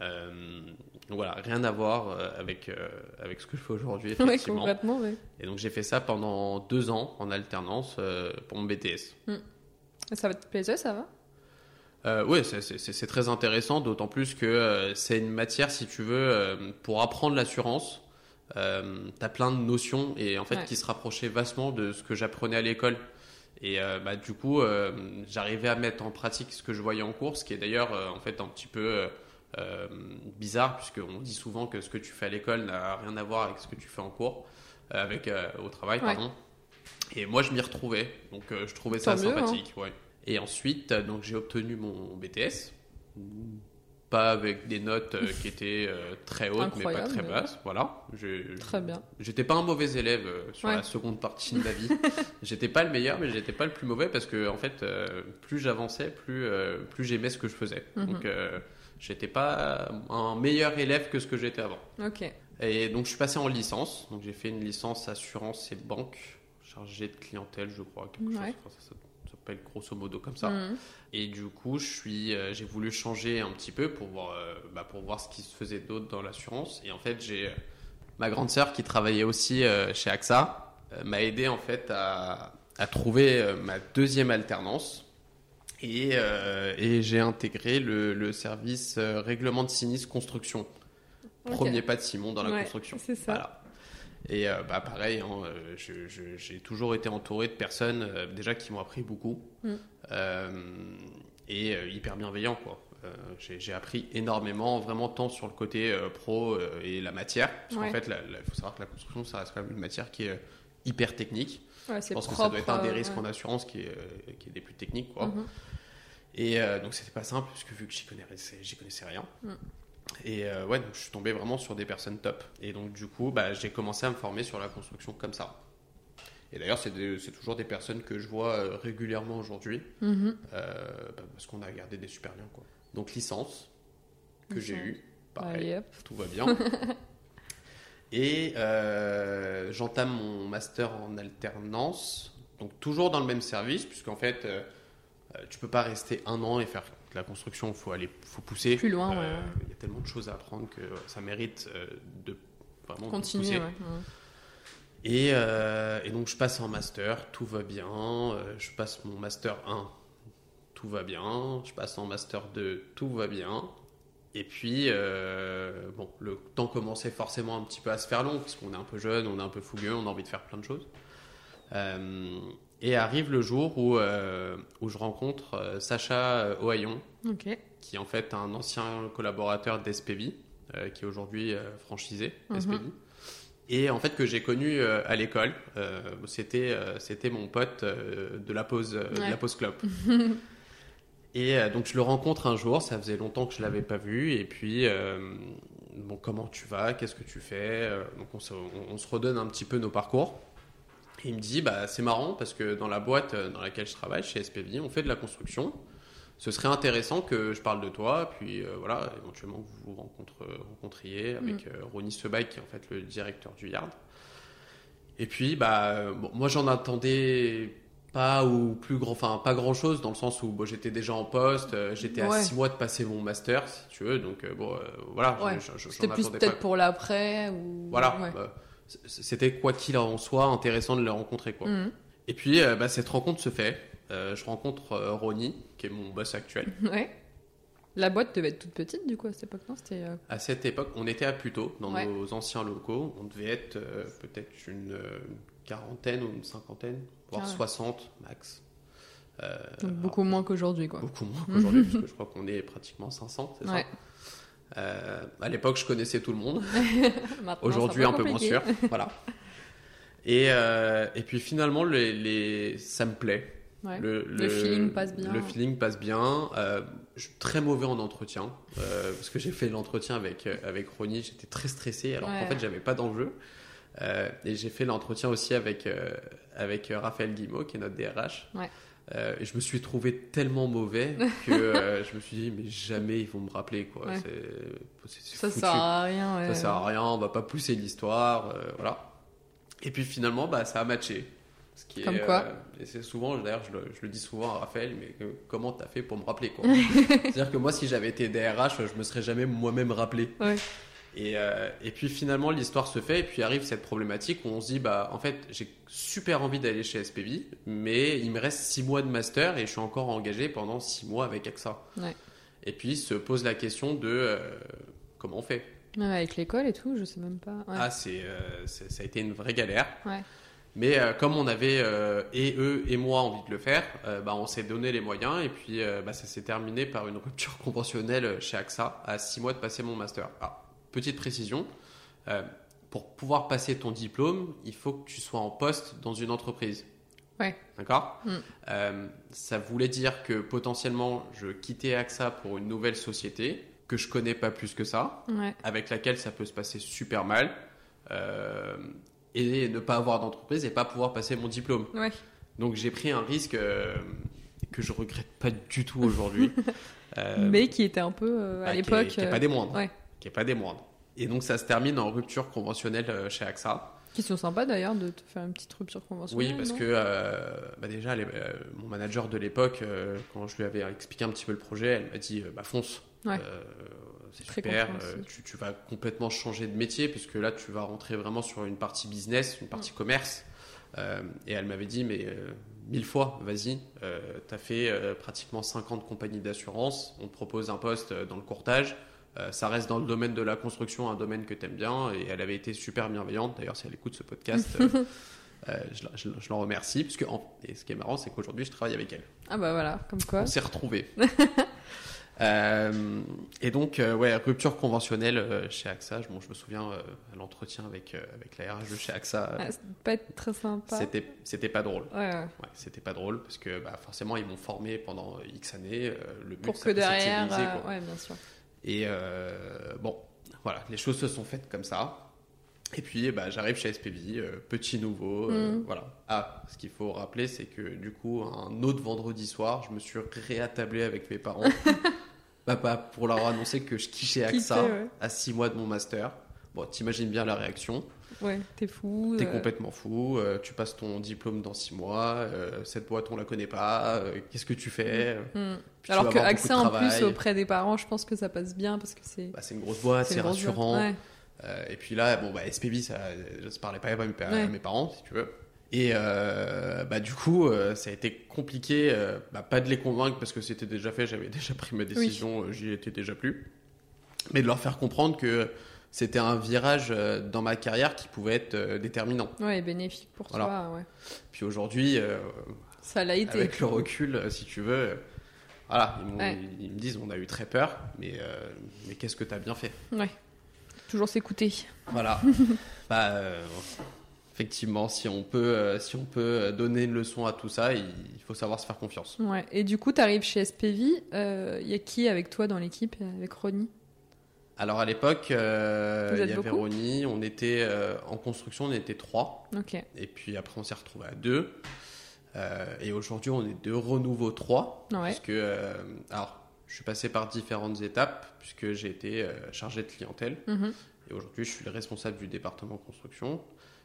[SPEAKER 2] Euh, donc voilà, rien à voir euh, avec, euh, avec ce que je fais aujourd'hui,
[SPEAKER 1] Ouais,
[SPEAKER 2] effectivement.
[SPEAKER 1] complètement, ouais.
[SPEAKER 2] Et donc j'ai fait ça pendant deux ans en alternance euh, pour mon BTS.
[SPEAKER 1] Ah, Ça va te plaisir, ça va
[SPEAKER 2] Euh, oui, c'est- c'est c'est très intéressant, d'autant plus que euh, c'est une matière, si tu veux, euh, pour apprendre l'assurance. Euh, T'as plein de notions et en fait
[SPEAKER 1] Ouais.
[SPEAKER 2] qui se rapprochaient vastement de ce que j'apprenais à l'école. Et euh, bah, du coup, euh, j'arrivais à mettre en pratique ce que je voyais en cours, ce qui est d'ailleurs euh, en fait un petit peu euh, euh, bizarre, puisqu'on dit souvent que ce que tu fais à l'école n'a rien à voir avec ce que tu fais en cours, euh, avec euh, au travail,
[SPEAKER 1] Ouais.
[SPEAKER 2] pardon. Et moi, je m'y retrouvais, donc euh, je trouvais ça
[SPEAKER 1] Tant mieux, hein.
[SPEAKER 2] sympathique. ouais. Et ensuite, euh, donc j'ai obtenu mon BTS, pas avec des notes euh, qui étaient euh, très hautes,
[SPEAKER 1] Incroyable,
[SPEAKER 2] mais pas
[SPEAKER 1] mais-
[SPEAKER 2] très basses. Voilà. J'ai-
[SPEAKER 1] Très bien.
[SPEAKER 2] J'étais pas un mauvais élève euh, sur
[SPEAKER 1] Ouais.
[SPEAKER 2] la seconde partie de ma vie. j'étais pas le meilleur, mais j'étais pas le plus mauvais parce que en fait, euh, plus j'avançais, plus euh, plus j'aimais ce que je faisais.
[SPEAKER 1] Mhm.
[SPEAKER 2] Donc euh, j'étais pas un meilleur élève que ce que j'étais avant.
[SPEAKER 1] Ok.
[SPEAKER 2] Et donc je suis passé en licence. Donc j'ai fait une licence assurance et banque, chargée de clientèle, je crois, quelque
[SPEAKER 1] Ouais.
[SPEAKER 2] chose. Enfin, ça, ça s'appelle grosso modo comme ça.
[SPEAKER 1] Mhm.
[SPEAKER 2] Et du coup, je suis, euh, j'ai voulu changer un petit peu pour voir, euh, bah, pour voir ce qui se faisait d'autre dans l'assurance. Et en fait, j'ai euh, ma grande sœur qui travaillait aussi euh, chez AXA euh, m'a aidé en fait à, à trouver euh, ma deuxième alternance. Et, euh, et j'ai intégré le, le service euh, règlement de sinistre construction.
[SPEAKER 1] Ok.
[SPEAKER 2] Premier pas de Simon dans la
[SPEAKER 1] Ouais,
[SPEAKER 2] construction.
[SPEAKER 1] C'est ça.
[SPEAKER 2] Voilà. Et euh, bah, pareil, hein, euh, je- je- j'ai toujours été entouré de personnes euh, déjà qui m'ont appris beaucoup
[SPEAKER 1] Mm.
[SPEAKER 2] Euh, et euh, hyper bienveillants. quoi. Euh, j'ai j'ai appris énormément, vraiment tant sur le côté euh, pro euh, et la matière. Parce
[SPEAKER 1] Ouais.
[SPEAKER 2] qu'en fait, il faut savoir que la construction, ça reste quand même une matière qui est euh, hyper technique.
[SPEAKER 1] Ouais,
[SPEAKER 2] Je
[SPEAKER 1] c'est
[SPEAKER 2] pense
[SPEAKER 1] propre.
[SPEAKER 2] que ça doit être un des
[SPEAKER 1] euh,
[SPEAKER 2] risques
[SPEAKER 1] ouais.
[SPEAKER 2] en assurance qui est, euh, qui est des plus techniques. Quoi.
[SPEAKER 1] Mhm.
[SPEAKER 2] Et euh, donc c'était pas simple, parce que vu que j'y connaissais, j'y connaissais rien.
[SPEAKER 1] Mm.
[SPEAKER 2] Et euh, ouais, donc je suis tombé vraiment sur des personnes top. Et donc du coup, bah, j'ai commencé à me former sur la construction comme ça. Et d'ailleurs, c'est des- c'est toujours des personnes que je vois euh, régulièrement aujourd'hui,
[SPEAKER 1] Mhm.
[SPEAKER 2] euh, bah, parce qu'on a gardé des super liens. Quoi. Donc licence, que j'ai
[SPEAKER 1] Licence.
[SPEAKER 2] eue, pareil,
[SPEAKER 1] Allez, hop.
[SPEAKER 2] tout va bien. Et euh, j'entame mon master en alternance, donc toujours dans le même service, puisqu'en fait, euh, euh, tu peux pas rester un an et faire de la construction, il faut, aller- faut pousser.
[SPEAKER 1] Plus loin,
[SPEAKER 2] Euh,
[SPEAKER 1] ouais, ouais.
[SPEAKER 2] Il y a tellement de choses à apprendre que ça mérite euh, de vraiment de
[SPEAKER 1] Continuer,
[SPEAKER 2] pousser.
[SPEAKER 1] ouais. ouais.
[SPEAKER 2] Et, euh, et donc je passe en master, tout va bien. Euh, je passe mon master 1, tout va bien. Je passe en master 2, tout va bien. Et puis, euh, bon, le temps commençait forcément un petit peu à se faire long, parce qu'on est un peu jeune, on est un peu fougueux, on a envie de faire plein de choses. Euh, et arrive le jour où, euh, où je rencontre euh, Sacha euh, Ohaillon,
[SPEAKER 1] Ok.
[SPEAKER 2] qui est en fait un ancien collaborateur d'SPV, euh, qui est aujourd'hui euh, franchisé
[SPEAKER 1] Mhm.
[SPEAKER 2] SPV, et en fait que j'ai connu euh, à l'école. Euh, c'était euh, c'était mon pote euh, de la pause euh, de
[SPEAKER 1] Ouais.
[SPEAKER 2] la pause clope. et euh, donc je le rencontre un jour. Ça faisait longtemps que je l'avais pas vu, et puis. euh, Bon, comment tu vas Qu'est-ce que tu fais Euh, Donc on se, on- on se redonne un petit peu nos parcours. Et il me dit, bah, c'est marrant parce que dans la boîte euh, dans laquelle je travaille, chez SPV, on fait de la construction. Ce serait intéressant que je parle de toi, puis euh, voilà, éventuellement que vous vous rencontre- rencontriez
[SPEAKER 1] Mm.
[SPEAKER 2] avec euh, Ronnie Sebaï, qui est en fait le directeur du yard. Et puis, bah, euh, bon, moi j'en attendais pas ou plus grand, enfin pas grand chose dans le sens où bon, j'étais déjà en poste, euh, j'étais à
[SPEAKER 1] Ouais.
[SPEAKER 2] six mois de passer mon master, si tu veux, donc euh, bon, euh, voilà,
[SPEAKER 1] Ouais.
[SPEAKER 2] je- je- j'en
[SPEAKER 1] C'était plus
[SPEAKER 2] attendais
[SPEAKER 1] peut-être
[SPEAKER 2] pas.
[SPEAKER 1] pour l'après ou.
[SPEAKER 2] Voilà,
[SPEAKER 1] Ouais.
[SPEAKER 2] bah, c- c'était quoi qu'il en soit intéressant de le rencontrer quoi.
[SPEAKER 1] Mhm.
[SPEAKER 2] Et puis, euh, bah, cette rencontre se fait. Euh, je rencontre euh, Ronnie, qui est mon boss actuel.
[SPEAKER 1] Ouais. La boîte devait être toute petite du coup à cette époque-là. C'était. euh,
[SPEAKER 2] À cette époque, on était à Puteaux, dans
[SPEAKER 1] Ouais.
[SPEAKER 2] nos anciens locaux. On devait être euh, peut-être une, euh, une quarantaine ou une cinquantaine, voire
[SPEAKER 1] Ah ouais.
[SPEAKER 2] 60 max. Euh,
[SPEAKER 1] donc beaucoup moins qu'aujourd'hui quoi.
[SPEAKER 2] alors, beaucoup moins qu'aujourd'hui, parce que je crois qu'on est pratiquement 500, c'est
[SPEAKER 1] Ouais.
[SPEAKER 2] ça Euh, À l'époque, je connaissais tout le monde.
[SPEAKER 1] Maintenant, c'est
[SPEAKER 2] Aujourd'hui, un peu moins
[SPEAKER 1] compliqué.
[SPEAKER 2] sûr. Voilà. Et, euh, et puis finalement, les, les- ça me plaît.
[SPEAKER 1] Ouais. Le feeling passe bien.
[SPEAKER 2] Le feeling passe bien. Euh, je suis très mauvais en entretien euh, parce que j'ai fait l'entretien avec euh, avec Ronnie. J'étais très stressé alors qu'en
[SPEAKER 1] Ouais.
[SPEAKER 2] fait j'avais pas d'enjeu. Euh, et j'ai fait l'entretien aussi avec euh, avec euh, Raphaël Guimau qui est notre DRH.
[SPEAKER 1] Ouais.
[SPEAKER 2] Euh, et je me suis trouvé tellement mauvais que euh, je me suis dit mais jamais ils vont me rappeler quoi.
[SPEAKER 1] Ouais.
[SPEAKER 2] C'est- c'est- c'est
[SPEAKER 1] Ça
[SPEAKER 2] foutu
[SPEAKER 1] sert à rien. hein, Ouais.
[SPEAKER 2] ça sert à rien, on va pas pousser l'histoire, euh, voilà. Et puis finalement, bah, ça a matché. Ce qui
[SPEAKER 1] Comme
[SPEAKER 2] est,
[SPEAKER 1] quoi.
[SPEAKER 2] euh, et c'est souvent, d'ailleurs, je le, je le dis souvent à Raphaël, mais que- comment t'as fait pour me rappeler quoi C'est-à-dire que moi, si j'avais été DRH, je me serais jamais moi-même rappelé.
[SPEAKER 1] Ouais.
[SPEAKER 2] Et, euh, et puis finalement, l'histoire se fait, et puis arrive cette problématique où on se dit, bah, en fait, j'ai super envie d'aller chez SPV, mais il me reste six mois de master et je suis encore engagé pendant six mois avec AXA.
[SPEAKER 1] Ouais.
[SPEAKER 2] Et puis se pose la question de euh, comment on fait
[SPEAKER 1] Ouais, avec l'école et tout, je sais même pas. Ouais.
[SPEAKER 2] ah, c'est, euh, c'est- ça a été une vraie galère.
[SPEAKER 1] Ouais.
[SPEAKER 2] Mais euh, comme on avait euh, et eux et moi envie de le faire, euh, bah, on s'est donné les moyens et puis euh, bah, ça s'est terminé par une rupture conventionnelle euh, chez AXA à six mois de passer mon master. Ah, petite précision, euh, pour pouvoir passer ton diplôme, il faut que tu sois en poste dans une entreprise.
[SPEAKER 1] Ouais.
[SPEAKER 2] D'accord
[SPEAKER 1] Mm.
[SPEAKER 2] Euh, Ça voulait dire que potentiellement je quittais AXA pour une nouvelle société que je connais pas plus que ça
[SPEAKER 1] Ouais.
[SPEAKER 2] avec laquelle ça peut se passer super mal euh, et ne pas avoir d'entreprise et pas pouvoir passer mon diplôme.
[SPEAKER 1] Ouais.
[SPEAKER 2] Donc j'ai pris un risque euh, que je regrette pas du tout aujourd'hui. Euh,
[SPEAKER 1] Mais qui était un peu euh, à
[SPEAKER 2] bah, qui est-
[SPEAKER 1] l'époque.
[SPEAKER 2] qui est,
[SPEAKER 1] euh,
[SPEAKER 2] pas des moindres,
[SPEAKER 1] ouais.
[SPEAKER 2] qui est pas des moindres. Et donc ça se termine en rupture conventionnelle euh, chez AXA.
[SPEAKER 1] Qui sont sympas d'ailleurs de te faire une petite rupture conventionnelle.
[SPEAKER 2] oui, parce
[SPEAKER 1] non
[SPEAKER 2] que euh, bah, déjà les- euh, mon manager de l'époque, euh, quand je lui avais expliqué un petit peu le projet, elle m'a dit euh, bah fonce.
[SPEAKER 1] Ouais.
[SPEAKER 2] Euh, c'est
[SPEAKER 1] Très
[SPEAKER 2] super,
[SPEAKER 1] compréhensible.
[SPEAKER 2] euh, tu, tu vas complètement changer de métier puisque là tu vas rentrer vraiment sur une partie business, une
[SPEAKER 1] Mm.
[SPEAKER 2] partie commerce. Euh, et elle m'avait dit, mais euh, mille fois, vas-y, euh, t'as fait euh, pratiquement 50 compagnies d'assurance, on te propose un poste euh, dans le courtage, Euh, ça reste dans le domaine de la construction, un domaine que t'aimes bien, et elle avait été super bienveillante, d'ailleurs si elle écoute ce podcast, euh, euh, je, la- je la- je l'en remercie, parce que, en- et ce qui est marrant, c'est qu'aujourd'hui je travaille avec elle.
[SPEAKER 1] Ah bah voilà, comme quoi.
[SPEAKER 2] On s'est retrouvés. Euh, et donc, euh, ouais, rupture conventionnelle euh, chez AXA. Je, bon, je me souviens euh, à l'entretien avec, euh, avec la RH de chez AXA.
[SPEAKER 1] Ah, ça peut pas être très sympa.
[SPEAKER 2] C'était c'était pas drôle.
[SPEAKER 1] Ouais, ouais.
[SPEAKER 2] Ouais, c'était pas drôle parce que bah, forcément ils m'ont formé pendant X années. euh, le but
[SPEAKER 1] Pour
[SPEAKER 2] ça
[SPEAKER 1] que
[SPEAKER 2] peut, c'est de
[SPEAKER 1] derrière.
[SPEAKER 2] civiliser,
[SPEAKER 1] euh,
[SPEAKER 2] quoi.
[SPEAKER 1] ouais, bien sûr.
[SPEAKER 2] Et euh, bon, voilà, les choses se sont faites comme ça. Et puis, eh ben, j'arrive chez SPV, euh, petit nouveau, euh,
[SPEAKER 1] Mm.
[SPEAKER 2] voilà. Ah, ce qu'il faut rappeler, c'est que du coup, un autre vendredi soir, je me suis réattablé avec mes parents, papa, pour leur annoncer que je quittais AXA
[SPEAKER 1] Quitté, ouais.
[SPEAKER 2] à six mois de mon master. Bon, t'imagines bien la réaction.
[SPEAKER 1] Ouais, t'es fou.
[SPEAKER 2] T'es
[SPEAKER 1] euh,
[SPEAKER 2] complètement fou, euh, tu passes ton diplôme dans six mois, euh, cette boîte, on la connaît pas, euh, qu'est-ce que tu fais
[SPEAKER 1] hmm.
[SPEAKER 2] Puis tu
[SPEAKER 1] Alors
[SPEAKER 2] vas
[SPEAKER 1] que
[SPEAKER 2] avoir beaucoup de
[SPEAKER 1] accès en plus
[SPEAKER 2] travail.
[SPEAKER 1] auprès des parents, je pense que ça passe bien parce que c'est.
[SPEAKER 2] Bah, c'est une grosse boîte,
[SPEAKER 1] c'est
[SPEAKER 2] c'est
[SPEAKER 1] une grosse boîte.
[SPEAKER 2] rassurant.
[SPEAKER 1] Ouais.
[SPEAKER 2] Euh, et puis là, bon, bah, SPB, ça ne se parlait pas à mes, à
[SPEAKER 1] Ouais.
[SPEAKER 2] mes parents, si tu veux. Et euh, bah, du coup, euh, ça a été compliqué, euh, bah, pas de les convaincre parce que c'était déjà fait, j'avais déjà pris ma décision, euh, j'y étais déjà plus. Mais de leur faire comprendre que c'était un virage euh, dans ma carrière qui pouvait être euh, déterminant.
[SPEAKER 1] Ouais, et bénéfique pour
[SPEAKER 2] Voilà.
[SPEAKER 1] toi. Ouais.
[SPEAKER 2] Puis aujourd'hui, euh,
[SPEAKER 1] Ça l'a été.
[SPEAKER 2] avec le recul, euh, si tu veux, euh, voilà, ils, m'ont-
[SPEAKER 1] Ouais.
[SPEAKER 2] ils me disent on a eu très peur, mais, euh, mais qu'est-ce que tu as bien fait
[SPEAKER 1] Ouais. Toujours s'écouter.
[SPEAKER 2] Voilà. bah, euh, effectivement, si on peut, euh, si on peut euh, donner une leçon à tout ça, il il faut savoir se faire confiance.
[SPEAKER 1] Ouais. Et du coup, t'arrives chez SPV. Il euh, y a qui avec toi dans l'équipe euh, Avec Ronnie
[SPEAKER 2] Alors à l'époque, euh,
[SPEAKER 1] Vous
[SPEAKER 2] il
[SPEAKER 1] êtes
[SPEAKER 2] y avait
[SPEAKER 1] beaucoup
[SPEAKER 2] Ronnie, on était euh, en construction, on était trois,
[SPEAKER 1] Ok.
[SPEAKER 2] et puis après on s'est retrouvé à deux. Euh, et aujourd'hui, on est de renouveau trois,
[SPEAKER 1] Ouais.
[SPEAKER 2] puisque euh, alors je suis passé par différentes étapes, puisque j'ai été euh, chargé de clientèle.
[SPEAKER 1] Mhm.
[SPEAKER 2] Et aujourd'hui, je suis le responsable du département construction.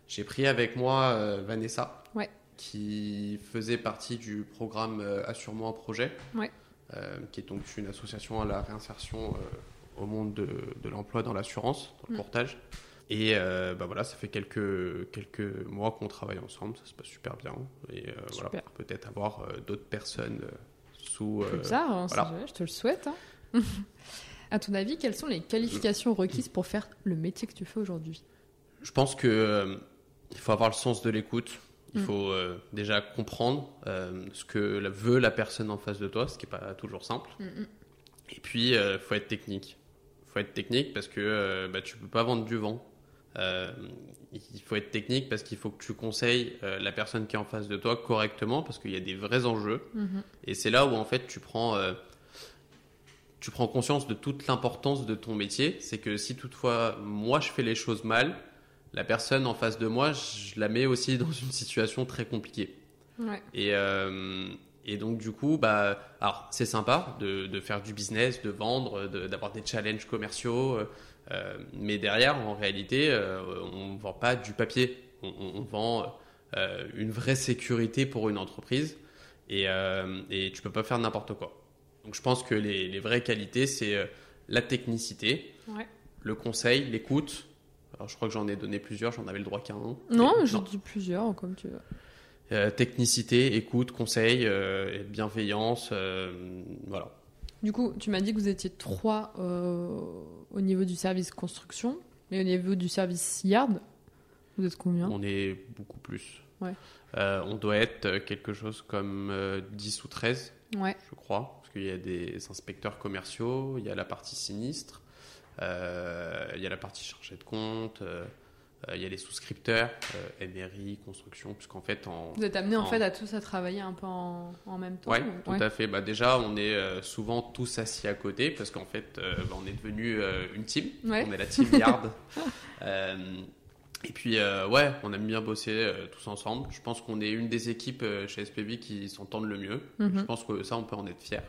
[SPEAKER 2] J'ai pris avec moi euh, Vanessa,
[SPEAKER 1] Ouais.
[SPEAKER 2] qui faisait partie du programme euh, Assure-moi un projet,
[SPEAKER 1] Ouais.
[SPEAKER 2] euh, qui est donc une association à la réinsertion euh, au monde de, de l'emploi dans l'assurance, dans le
[SPEAKER 1] Mm.
[SPEAKER 2] portage. Et euh, bah voilà, ça fait quelques, quelques mois qu'on travaille ensemble, ça se passe super bien. Et euh, voilà,
[SPEAKER 1] Super.
[SPEAKER 2] peut-être avoir euh, d'autres personnes euh, sous.
[SPEAKER 1] Plus
[SPEAKER 2] euh,
[SPEAKER 1] bizarre, hein,
[SPEAKER 2] voilà.
[SPEAKER 1] c'est vrai, je te le souhaite. hein. à ton avis, quelles sont les qualifications requises pour faire le métier que tu fais aujourd'hui
[SPEAKER 2] Je pense que euh, il faut avoir le sens de l'écoute. Il
[SPEAKER 1] Mm.
[SPEAKER 2] faut euh, déjà comprendre euh, ce que la- veut la personne en face de toi, ce qui n'est pas toujours simple.
[SPEAKER 1] Mm,
[SPEAKER 2] Et puis, il faut être technique. Il faut être technique parce que euh, bah, tu peux pas vendre du vent. Euh, il faut être technique parce qu'il faut que tu conseilles euh, la personne qui est en face de toi correctement parce qu'il y a des vrais enjeux.
[SPEAKER 1] Mhm.
[SPEAKER 2] Et c'est là où en fait tu prends, euh, tu prends conscience de toute l'importance de ton métier. C'est que si toutefois moi je fais les choses mal, la personne en face de moi, je la mets aussi dans une situation très compliquée.
[SPEAKER 1] mm. Ouais.
[SPEAKER 2] Et, euh, et donc du coup, bah, alors c'est sympa de, de faire du business, de vendre, de- d'avoir des challenges commerciaux, euh, euh, mais derrière, en réalité, euh, on ne vend pas du papier, on, on- on vend euh, une vraie sécurité pour une entreprise, et, euh, et tu peux pas faire n'importe quoi. Donc je pense que les, les vraies qualités, c'est euh, la technicité,
[SPEAKER 1] Ouais.
[SPEAKER 2] le conseil, l'écoute. Alors je crois que j'en ai donné plusieurs, j'en avais le droit qu'à un.
[SPEAKER 1] Non,
[SPEAKER 2] Mais-
[SPEAKER 1] j'ai dit plusieurs, comme tu veux.
[SPEAKER 2] euh, technicité, écoute, conseil, euh, et bienveillance, euh, voilà.
[SPEAKER 1] Du coup, tu m'as dit que vous étiez trois euh, au niveau du service construction, mais au niveau du service yard, vous êtes combien
[SPEAKER 2] On est beaucoup plus.
[SPEAKER 1] Ouais.
[SPEAKER 2] Euh, on doit être quelque chose comme euh, 10 ou 13,
[SPEAKER 1] Ouais.
[SPEAKER 2] je crois, parce qu'il y a des inspecteurs commerciaux, il y a la partie sinistre, euh, il y a la partie chargée de compte, euh, euh, il y a les souscripteurs, euh, MRI, construction, puisqu'en fait, en,
[SPEAKER 1] Vous êtes amenés en
[SPEAKER 2] En-
[SPEAKER 1] fait à tous à travailler un peu en, en même temps.
[SPEAKER 2] Ouais,
[SPEAKER 1] ou-
[SPEAKER 2] tout
[SPEAKER 1] ouais.
[SPEAKER 2] à fait. Bah, déjà, on est euh, souvent tous assis à côté parce qu'en fait, euh, bah, on est devenu euh, une team.
[SPEAKER 1] Ouais.
[SPEAKER 2] On est la team Yard. Euh, et puis, euh, ouais, on aime bien bosser euh, tous ensemble. Je pense qu'on est une des équipes euh, chez SPV qui s'entendent le mieux.
[SPEAKER 1] Mhm.
[SPEAKER 2] Je pense que ça, on peut en être fier.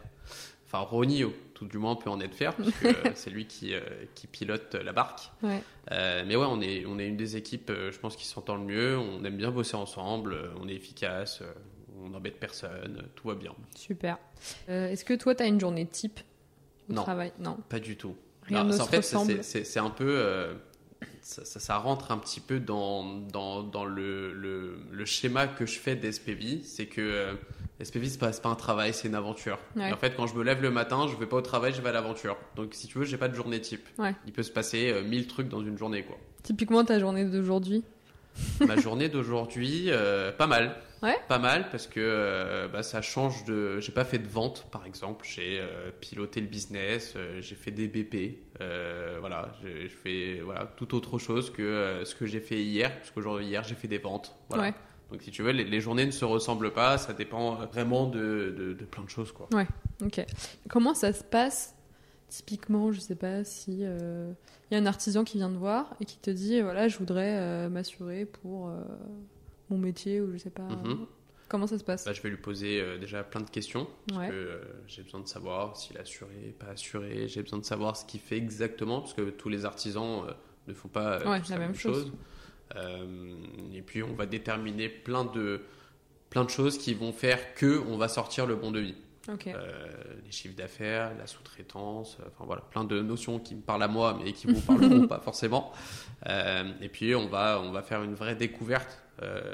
[SPEAKER 2] Enfin, Ronnie, au- tout du moins, peut en être fier parce que euh, c'est lui qui, euh, qui pilote euh, la barque.
[SPEAKER 1] Ouais.
[SPEAKER 2] Euh, mais ouais, on est, on est une des équipes, euh, je pense, qui s'entend le mieux. On aime bien bosser ensemble. euh, on est efficace. euh, on n'embête personne. euh, Tout va bien.
[SPEAKER 1] Super. Euh, Est-ce que toi, tu as une journée type au
[SPEAKER 2] Non.
[SPEAKER 1] travail Non.
[SPEAKER 2] Pas du tout.
[SPEAKER 1] Rien
[SPEAKER 2] Non,
[SPEAKER 1] ne
[SPEAKER 2] c'est-
[SPEAKER 1] se
[SPEAKER 2] en fait, c'est-
[SPEAKER 1] ressemble.
[SPEAKER 2] c'est- c'est c'est un peu. euh, ça, ça- ça rentre un petit peu dans, dans, dans le, le, le schéma que je fais d'SPV. C'est que euh, SPV, c'est pas, c'est pas un travail, c'est une aventure.
[SPEAKER 1] Ouais.
[SPEAKER 2] Et en fait, quand je me lève le matin, je vais pas au travail, je vais à l'aventure. Donc, si tu veux, j'ai pas de journée type.
[SPEAKER 1] Ouais.
[SPEAKER 2] Il peut se passer euh, 1000 trucs dans une journée, quoi.
[SPEAKER 1] Typiquement, ta journée d'aujourd'hui
[SPEAKER 2] ma journée d'aujourd'hui, euh, pas mal.
[SPEAKER 1] Ouais.
[SPEAKER 2] Pas mal parce que euh, bah, ça change de. J'ai pas fait de vente par exemple, j'ai euh, piloté le business, euh, j'ai fait des BP, euh, voilà, je je fais voilà tout autre chose que euh, ce que j'ai fait hier, parce qu'aujourd'hui hier j'ai fait des ventes. Voilà.
[SPEAKER 1] Ouais.
[SPEAKER 2] Donc si tu veux, les, les journées ne se ressemblent pas, ça dépend vraiment de, de, de plein de choses quoi.
[SPEAKER 1] Ok. Comment ça se passe Typiquement, je sais pas si euh, il y a un artisan qui vient te voir et qui te dit voilà, je voudrais euh, m'assurer pour euh, mon métier ou je sais pas.
[SPEAKER 2] Mhm.
[SPEAKER 1] Comment ça se passe
[SPEAKER 2] Bah, je vais lui poser euh, déjà plein de questions. Parce
[SPEAKER 1] Ouais.
[SPEAKER 2] que euh, j'ai besoin de savoir s'il est assuré, pas assuré. J'ai besoin de savoir ce qu'il fait exactement. Parce que tous les artisans euh, ne font pas euh,
[SPEAKER 1] Ouais,
[SPEAKER 2] tous
[SPEAKER 1] la même chose.
[SPEAKER 2] Euh, et puis, on va déterminer plein de, plein de choses qui vont faire que on va sortir le bon devis.
[SPEAKER 1] Ok.
[SPEAKER 2] Euh, les chiffres d'affaires, la sous-traitance, euh, enfin voilà, plein de notions qui me parlent à moi mais qui vous parleront pas forcément. Euh, et puis on va, on va faire une vraie découverte euh,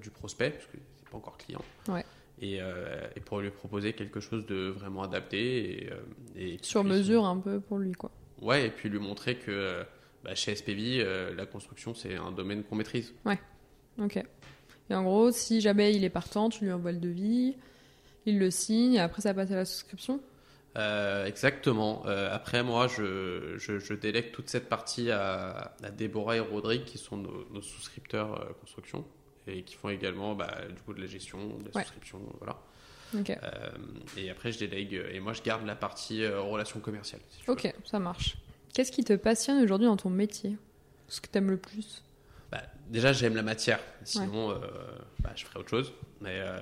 [SPEAKER 2] du prospect, parce que c'est pas encore client.
[SPEAKER 1] Ouais.
[SPEAKER 2] Et, euh, et pour lui proposer quelque chose de vraiment adapté. Et, euh, et qui
[SPEAKER 1] Sur
[SPEAKER 2] puisse-
[SPEAKER 1] mesure un peu pour lui quoi.
[SPEAKER 2] Ouais, et puis lui montrer que euh, bah, chez SPV, euh, la construction c'est un domaine qu'on maîtrise.
[SPEAKER 1] Ok. Et en gros, si jamais il est partant, tu lui envoies le devis, il le signe et après ça passe à la souscription.
[SPEAKER 2] Euh, exactement. Euh, après, moi, je, je, je délègue toute cette partie à, à Déborah et Rodrigue, qui sont nos, nos souscripteurs euh, construction et qui font également bah, du coup de la gestion, de la
[SPEAKER 1] Ouais.
[SPEAKER 2] souscription, voilà.
[SPEAKER 1] Ok.
[SPEAKER 2] Euh, et après, je délègue et moi, je garde la partie euh, relations commerciales. si tu veux.
[SPEAKER 1] Ok, ça marche. Qu'est-ce qui te passionne aujourd'hui dans ton métier Ce que t'aimes le plus
[SPEAKER 2] Bah, déjà, j'aime la matière. Sinon, euh, bah, je ferais autre chose. Mais euh,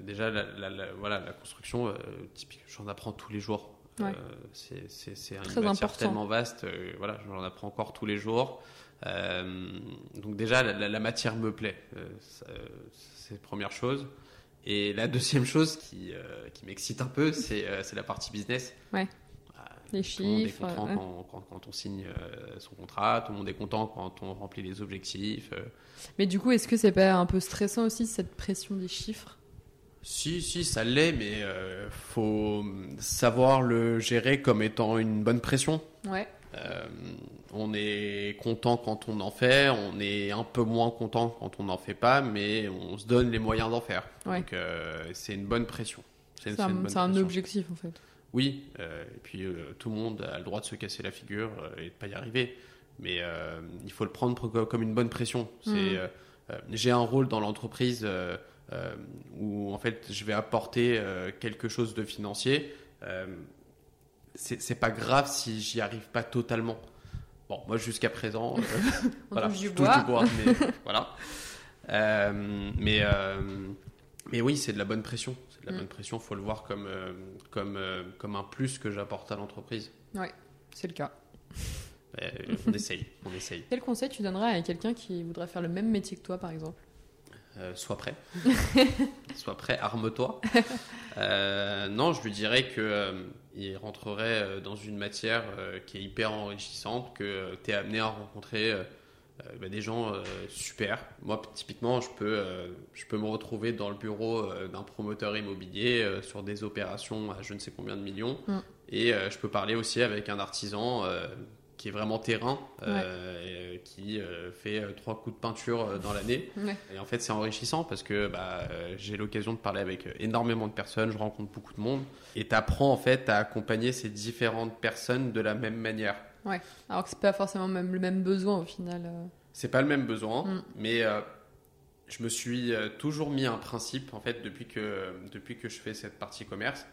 [SPEAKER 2] déjà, la, la- la- voilà, la construction, euh, typique, j'en apprends tous les jours. Euh,
[SPEAKER 1] Ouais.
[SPEAKER 2] c'est- c'est c'est une
[SPEAKER 1] Très
[SPEAKER 2] matière
[SPEAKER 1] important.
[SPEAKER 2] tellement vaste. euh, voilà, j'en apprends encore tous les jours. Euh, donc déjà, la, la- la matière me plaît. Euh, ça, euh, c'est la première chose. Et la deuxième chose qui, euh, qui m'excite un peu, c'est euh, c'est la partie business.
[SPEAKER 1] Ouais.
[SPEAKER 2] Ah,
[SPEAKER 1] Les
[SPEAKER 2] tout le monde est
[SPEAKER 1] chiffres. euh,
[SPEAKER 2] content
[SPEAKER 1] ouais.
[SPEAKER 2] quand, quand- quand on signe euh, son contrat, tout le monde est content quand on remplit les objectifs. euh.
[SPEAKER 1] Mais du coup, est-ce que c'est pas un peu stressant aussi cette pression des chiffres
[SPEAKER 2] Si, si, ça l'est, mais euh, faut savoir le gérer comme étant une bonne pression.
[SPEAKER 1] Ouais.
[SPEAKER 2] Euh, on est content quand on en fait, on est un peu moins content quand on n'en fait pas, mais on se donne les moyens d'en faire.
[SPEAKER 1] Ouais.
[SPEAKER 2] Donc euh, c'est une bonne pression.
[SPEAKER 1] C'est
[SPEAKER 2] une
[SPEAKER 1] un,
[SPEAKER 2] bonne
[SPEAKER 1] c'est un
[SPEAKER 2] pression.
[SPEAKER 1] objectif en fait.
[SPEAKER 2] Oui, euh, et puis euh, tout le monde a le droit de se casser la figure euh, et de pas y arriver. Mais euh, il faut le prendre pro- comme une bonne pression. C'est,
[SPEAKER 1] Mm.
[SPEAKER 2] euh, euh, j'ai un rôle dans l'entreprise euh, euh, où en fait je vais apporter euh, quelque chose de financier. Euh, c'est c'est pas grave si j'y arrive pas totalement. Bon, moi jusqu'à présent, euh,
[SPEAKER 1] On
[SPEAKER 2] voilà,
[SPEAKER 1] touche du
[SPEAKER 2] je
[SPEAKER 1] bois.
[SPEAKER 2] bois, mais voilà. Euh, mais, euh, mais oui, c'est de la bonne pression. C'est de la
[SPEAKER 1] Mm.
[SPEAKER 2] bonne pression. faut le voir comme, euh, comme, euh, comme un plus que j'apporte à l'entreprise.
[SPEAKER 1] C'est le cas.
[SPEAKER 2] Euh, on essaye, on essaye.
[SPEAKER 1] Quel conseil tu donnerais à quelqu'un qui voudrait faire le même métier que toi par exemple
[SPEAKER 2] Euh, sois prêt. sois prêt, arme-toi. Euh, non, je lui dirais que euh, il rentrerait euh, dans une matière euh, qui est hyper enrichissante, que tu es amené à rencontrer euh, euh, bah, des gens euh, super. Moi, typiquement, je peux, euh, je peux me retrouver dans le bureau euh, d'un promoteur immobilier euh, sur des opérations à je ne sais combien de millions.
[SPEAKER 1] Mm.
[SPEAKER 2] Et euh, je peux parler aussi avec un artisan euh, qui est vraiment terrain, euh, et, euh, qui euh, fait euh, trois coups de peinture euh, dans l'année.
[SPEAKER 1] Ouais.
[SPEAKER 2] Et en fait, c'est enrichissant parce que bah, euh, j'ai l'occasion de parler avec euh, énormément de personnes, je rencontre beaucoup de monde, et t'apprends en fait à accompagner ces différentes personnes de la même manière.
[SPEAKER 1] Alors que c'est pas forcément même le même besoin au final. euh.
[SPEAKER 2] C'est pas le même besoin,
[SPEAKER 1] Mm.
[SPEAKER 2] mais euh, je me suis euh, toujours mis un principe en fait depuis que depuis que je fais cette partie commerce,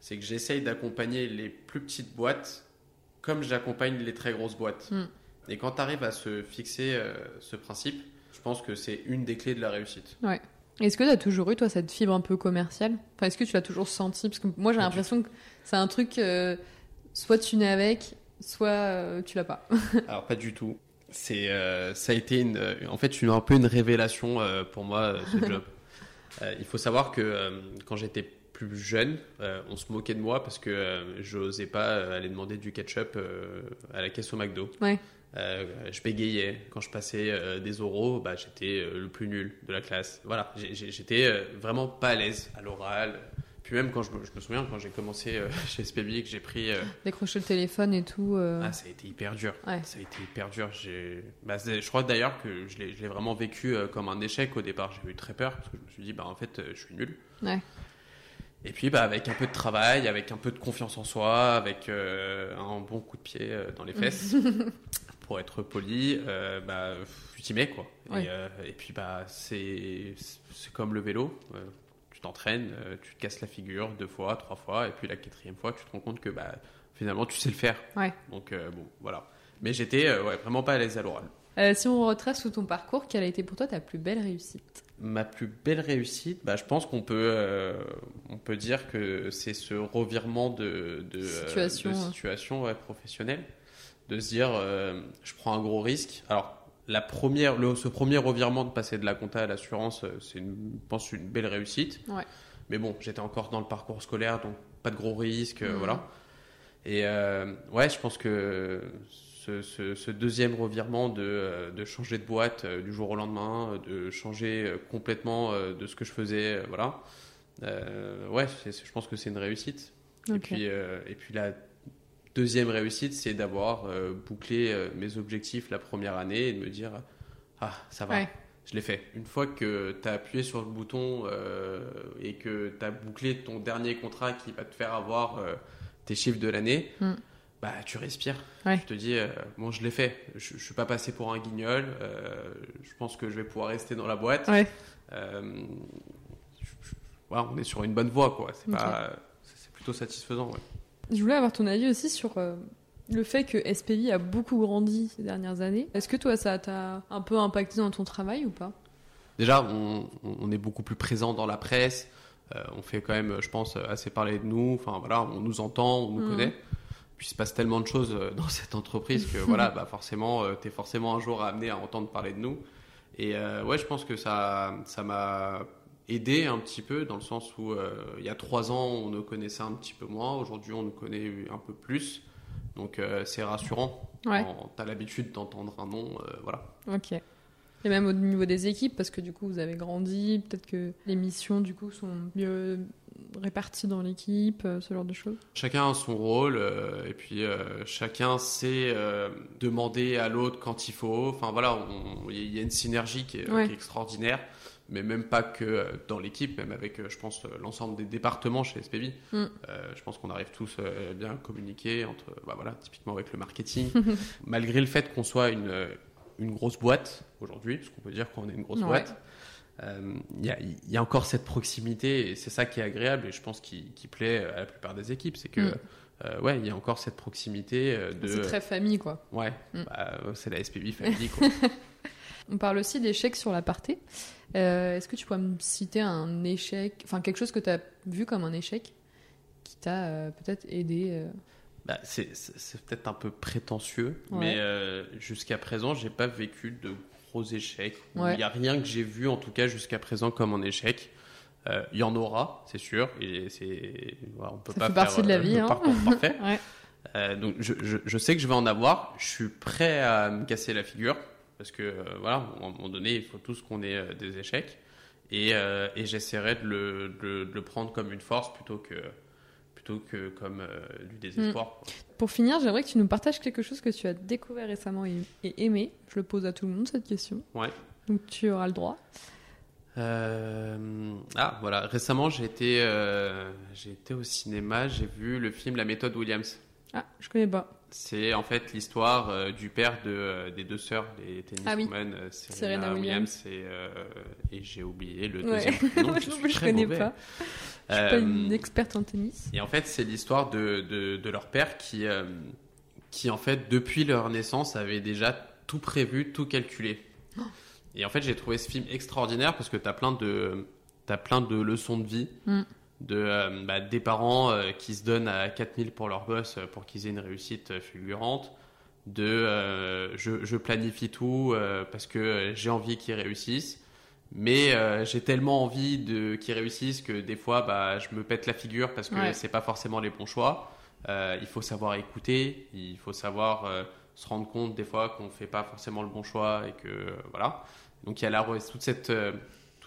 [SPEAKER 2] c'est que j'essaye d'accompagner les plus petites boîtes comme j'accompagne les très grosses boîtes.
[SPEAKER 1] Mm.
[SPEAKER 2] Et quand tu arrives à se fixer euh, ce principe, je pense que c'est une des clés de la réussite.
[SPEAKER 1] Est-ce que tu as toujours eu, toi, cette fibre un peu commerciale Enfin, est-ce que tu l'as toujours senti Parce que moi, j'ai
[SPEAKER 2] Pas du
[SPEAKER 1] l'impression que c'est un truc, euh, soit tu nais avec, soit euh, tu l'as pas.
[SPEAKER 2] Alors pas du tout. C'est euh, ça a été une, euh, en fait une, un peu une révélation euh, pour moi euh, ce job. Euh, il faut savoir que euh, quand j'étais plus jeune, euh, on se moquait de moi parce que euh, je n'osais pas euh, aller demander du ketchup euh, à la caisse au McDo.
[SPEAKER 1] Ouais.
[SPEAKER 2] Euh, je bégayais. Quand je passais euh, des oraux, bah, j'étais euh, le plus nul de la classe. Voilà, j'ai- j'ai- j'étais euh, vraiment pas à l'aise à l'oral. Puis même quand je me, je me souviens, quand j'ai commencé euh, chez SPB, que j'ai pris. euh,
[SPEAKER 1] Décrocher le téléphone et tout. euh,
[SPEAKER 2] Ah, ça a été hyper dur.
[SPEAKER 1] Ouais.
[SPEAKER 2] Ça a été hyper dur. J'ai- Bah, c'est- je crois d'ailleurs que je l'ai je l'ai vraiment vécu euh, comme un échec au départ. J'ai eu très peur parce que je me suis dit, bah, en fait, euh, je suis nul.
[SPEAKER 1] Ouais.
[SPEAKER 2] Et puis, bah, avec un peu de travail, avec un peu de confiance en soi, avec euh, un bon coup de pied euh, dans les fesses, pour être poli, euh, bah, tu t'y mets, quoi.
[SPEAKER 1] Ouais.
[SPEAKER 2] Et, euh, et puis, bah, c'est c'est comme le vélo. euh, tu t'entraînes, euh, tu te casses la figure deux fois, trois fois, et puis la quatrième fois, tu te rends compte que bah, finalement, tu sais le faire.
[SPEAKER 1] Ouais.
[SPEAKER 2] Donc, euh, bon, voilà. Mais j'étais euh, ouais, vraiment pas à l'aise à l'oral.
[SPEAKER 1] Euh, si on retrace tout ton parcours, quelle a été pour toi ta plus belle réussite
[SPEAKER 2] Ma plus belle réussite, bah, je pense qu'on peut, euh, on peut dire que c'est ce revirement de, de, euh, de
[SPEAKER 1] Situation, hein.
[SPEAKER 2] situation, ouais, professionnelle, de se dire euh, je prends un gros risque. Alors, la première, le- ce premier revirement de passer de la compta à l'assurance, euh, c'est, une, je pense, une belle réussite.
[SPEAKER 1] Ouais.
[SPEAKER 2] Mais bon, j'étais encore dans le parcours scolaire, donc pas de gros risques, euh,
[SPEAKER 1] Mhm.
[SPEAKER 2] voilà. Et euh, ouais, je pense que ce, ce- ce deuxième revirement de, euh, de changer de boîte euh, du jour au lendemain, euh, de changer euh, complètement euh, de ce que je faisais, euh, voilà. Euh, ouais, c'est- c'est- je pense que c'est une réussite. Et,
[SPEAKER 1] Ok.
[SPEAKER 2] puis, euh, et puis la deuxième réussite, c'est d'avoir euh, bouclé euh, mes objectifs la première année et de me dire Ah, ça va,
[SPEAKER 1] Ouais.
[SPEAKER 2] je l'ai fait. Une fois que tu as appuyé sur le bouton euh, et que tu as bouclé ton dernier contrat qui va te faire avoir euh, tes chiffres de l'année,
[SPEAKER 1] Mm.
[SPEAKER 2] bah, tu respires.
[SPEAKER 1] Ouais.
[SPEAKER 2] Tu te dis euh, Bon, je l'ai fait, je ne suis pas passé pour un guignol, euh, je pense que je vais pouvoir rester dans la boîte.
[SPEAKER 1] Ouais.
[SPEAKER 2] Euh, je- je- voilà, on est sur une bonne voie, quoi. C'est
[SPEAKER 1] Ok.
[SPEAKER 2] pas- c'est- c'est plutôt satisfaisant. ouais.
[SPEAKER 1] Je voulais avoir ton avis aussi sur euh, le fait que SPI a beaucoup grandi ces dernières années. Est-ce que toi, ça t'a un peu impacté dans ton travail ou pas
[SPEAKER 2] Déjà, on, on est beaucoup plus présent dans la presse. euh, on fait quand même, je pense, assez parler de nous. Enfin voilà, on nous entend, on nous
[SPEAKER 1] Mhm.
[SPEAKER 2] connaît. Puis il se passe tellement de choses euh, dans cette entreprise que voilà, bah forcément, tu es forcément un jour amené à entendre parler de nous. Et euh, ouais, je pense que ça, ça m'a aidé un petit peu dans le sens où euh, il y a trois ans, on nous connaissait un petit peu moins. Aujourd'hui, on nous connaît un peu plus. Donc euh, c'est rassurant.
[SPEAKER 1] Ouais.
[SPEAKER 2] Quand T'as l'habitude d'entendre un nom, euh, voilà.
[SPEAKER 1] Ok. Et même au niveau des équipes, parce que du coup, vous avez grandi, peut-être que les missions, du coup, sont mieux réparties dans l'équipe, euh, ce genre de choses.
[SPEAKER 2] Chacun a son rôle euh, et puis euh, chacun sait euh, demander à l'autre quand il faut. Enfin voilà, on- il y a une synergie qui est,
[SPEAKER 1] Ouais.
[SPEAKER 2] qui est extraordinaire, mais même pas que euh, dans l'équipe, même avec, euh, je pense, euh, l'ensemble des départements chez SPV.
[SPEAKER 1] Mm.
[SPEAKER 2] Euh, je pense qu'on arrive tous euh, bien à communiquer entre, bah, voilà, typiquement avec le marketing. Malgré le fait qu'on soit une, euh, une grosse boîte aujourd'hui, parce qu'on peut dire qu'on est une grosse
[SPEAKER 1] Ouais.
[SPEAKER 2] boîte. Euh, Il y, a- il y a encore cette proximité et c'est ça qui est agréable et je pense qui, qui plaît à la plupart des équipes, c'est que
[SPEAKER 1] Mm.
[SPEAKER 2] euh, ouais, il y a encore cette proximité euh, de
[SPEAKER 1] C'est très famille, quoi.
[SPEAKER 2] ouais,
[SPEAKER 1] Mm.
[SPEAKER 2] bah, euh, c'est la SPB family quoi.
[SPEAKER 1] On parle aussi d'échecs sur l'aparté. Euh, Est-ce que tu pourrais me citer un échec, enfin quelque chose que tu as vu comme un échec qui t'a euh, peut-être aidé euh,
[SPEAKER 2] Bah, c'est c'est- c'est peut-être un peu prétentieux,
[SPEAKER 1] Ouais.
[SPEAKER 2] mais euh, jusqu'à présent, j'ai pas vécu de gros échecs. Il
[SPEAKER 1] Ouais.
[SPEAKER 2] n'y a rien que j'ai vu, en tout cas jusqu'à présent, comme un échec. Euh, Il y en aura, c'est sûr, et c'est voilà, on peut
[SPEAKER 1] Ça
[SPEAKER 2] pas
[SPEAKER 1] fait
[SPEAKER 2] faire
[SPEAKER 1] partie de la
[SPEAKER 2] euh,
[SPEAKER 1] vie,
[SPEAKER 2] le
[SPEAKER 1] hein.
[SPEAKER 2] parcours parfait.
[SPEAKER 1] Ouais.
[SPEAKER 2] Euh, donc je, je- je sais que je vais en avoir. Je suis prêt à me casser la figure parce que euh, voilà, à un moment donné, il faut tous qu'on ait euh, des échecs, et, euh, et j'essaierai de le, de- de le prendre comme une force plutôt que plutôt que comme euh, du désespoir.
[SPEAKER 1] Pour finir, j'aimerais que tu nous partages quelque chose que tu as découvert récemment et, et aimé. Je le pose à tout le monde cette question.
[SPEAKER 2] Ouais.
[SPEAKER 1] Donc tu auras le droit.
[SPEAKER 2] Euh, ah, voilà. Récemment, j'ai été, euh, j'ai été au cinéma, j'ai vu le film La méthode Williams.
[SPEAKER 1] Ah, je connais pas.
[SPEAKER 2] C'est en fait l'histoire euh, du père de, euh, des deux sœurs, des
[SPEAKER 1] Ah oui.
[SPEAKER 2] tenniswomen, euh, Serena,
[SPEAKER 1] Serena
[SPEAKER 2] Williams, et, euh, et j'ai oublié le
[SPEAKER 1] Ouais.
[SPEAKER 2] deuxième prénom,
[SPEAKER 1] Moi
[SPEAKER 2] je
[SPEAKER 1] non
[SPEAKER 2] suis
[SPEAKER 1] plus, je
[SPEAKER 2] très
[SPEAKER 1] connais
[SPEAKER 2] mauvais.
[SPEAKER 1] pas. Je suis pas
[SPEAKER 2] Euh,
[SPEAKER 1] une experte en tennis.
[SPEAKER 2] et en fait, c'est l'histoire de, de- de leur père qui, euh, qui, en fait, depuis leur naissance, avait déjà tout prévu, tout calculé. Et en fait, j'ai trouvé ce film extraordinaire parce que tu as plein de, t'as plein de leçons de vie.
[SPEAKER 1] Mm.
[SPEAKER 2] De, euh, bah, des parents euh, qui se donnent à 4000 pour leur boss euh, pour qu'ils aient une réussite euh, fulgurante. De euh, je, je planifie tout euh, parce que euh, j'ai envie qu'ils réussissent. Mais euh, j'ai tellement envie de qu'ils réussissent que des fois, bah, je me pète la figure parce que
[SPEAKER 1] Ouais.
[SPEAKER 2] c'est pas forcément les bons choix. Euh, il faut savoir écouter, il faut savoir euh, se rendre compte des fois qu'on fait pas forcément le bon choix et que euh, voilà. Donc il y a la re- toute cette euh, tout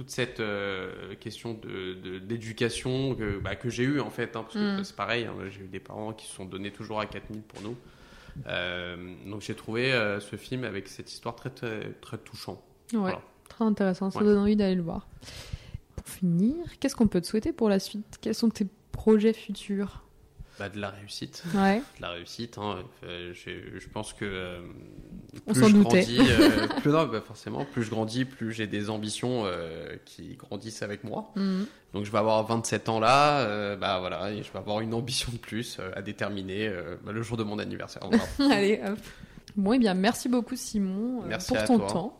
[SPEAKER 2] toute cette euh, question de, de- d'éducation que, bah, que j'ai eue en fait, hein, parce que
[SPEAKER 1] Mm.
[SPEAKER 2] c'est pareil, hein, j'ai eu des parents qui se sont donnés toujours à 4000 pour nous. Euh, donc j'ai trouvé euh, ce film avec cette histoire très très, très touchant.
[SPEAKER 1] Ouais,
[SPEAKER 2] Voilà.
[SPEAKER 1] très intéressant, ça
[SPEAKER 2] Ouais.
[SPEAKER 1] donne envie d'aller le voir. Pour finir, qu'est-ce qu'on peut te souhaiter pour la suite Quels sont tes projets futurs
[SPEAKER 2] Bah, de la réussite,
[SPEAKER 1] Ouais,
[SPEAKER 2] de la réussite. hein. Euh, je, je pense que euh,
[SPEAKER 1] On
[SPEAKER 2] plus
[SPEAKER 1] s'en
[SPEAKER 2] je
[SPEAKER 1] doutait.
[SPEAKER 2] grandis, euh, plus non, bah, forcément, plus je grandis, plus j'ai des ambitions euh, qui grandissent avec moi.
[SPEAKER 1] Mhm.
[SPEAKER 2] Donc je vais avoir 27 ans là, euh, bah voilà, et je vais avoir une ambition de plus euh, à déterminer euh, bah, le jour de mon anniversaire. Voilà.
[SPEAKER 1] allez, hop. Bon, et bien, merci beaucoup Simon euh,
[SPEAKER 2] Merci
[SPEAKER 1] pour
[SPEAKER 2] à
[SPEAKER 1] ton
[SPEAKER 2] toi.
[SPEAKER 1] temps.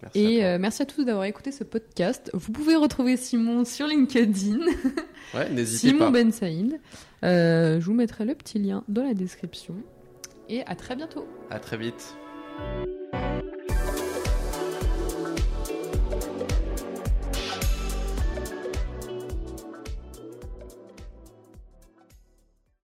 [SPEAKER 2] Merci à
[SPEAKER 1] Et
[SPEAKER 2] toi.
[SPEAKER 1] euh, merci à tous d'avoir écouté ce podcast. Vous pouvez retrouver Simon sur LinkedIn,
[SPEAKER 2] ouais, n'hésitez
[SPEAKER 1] Simon
[SPEAKER 2] pas.
[SPEAKER 1] Ben Saïd. Euh, je vous mettrai le petit lien dans la description. Et à très bientôt.
[SPEAKER 2] À très vite.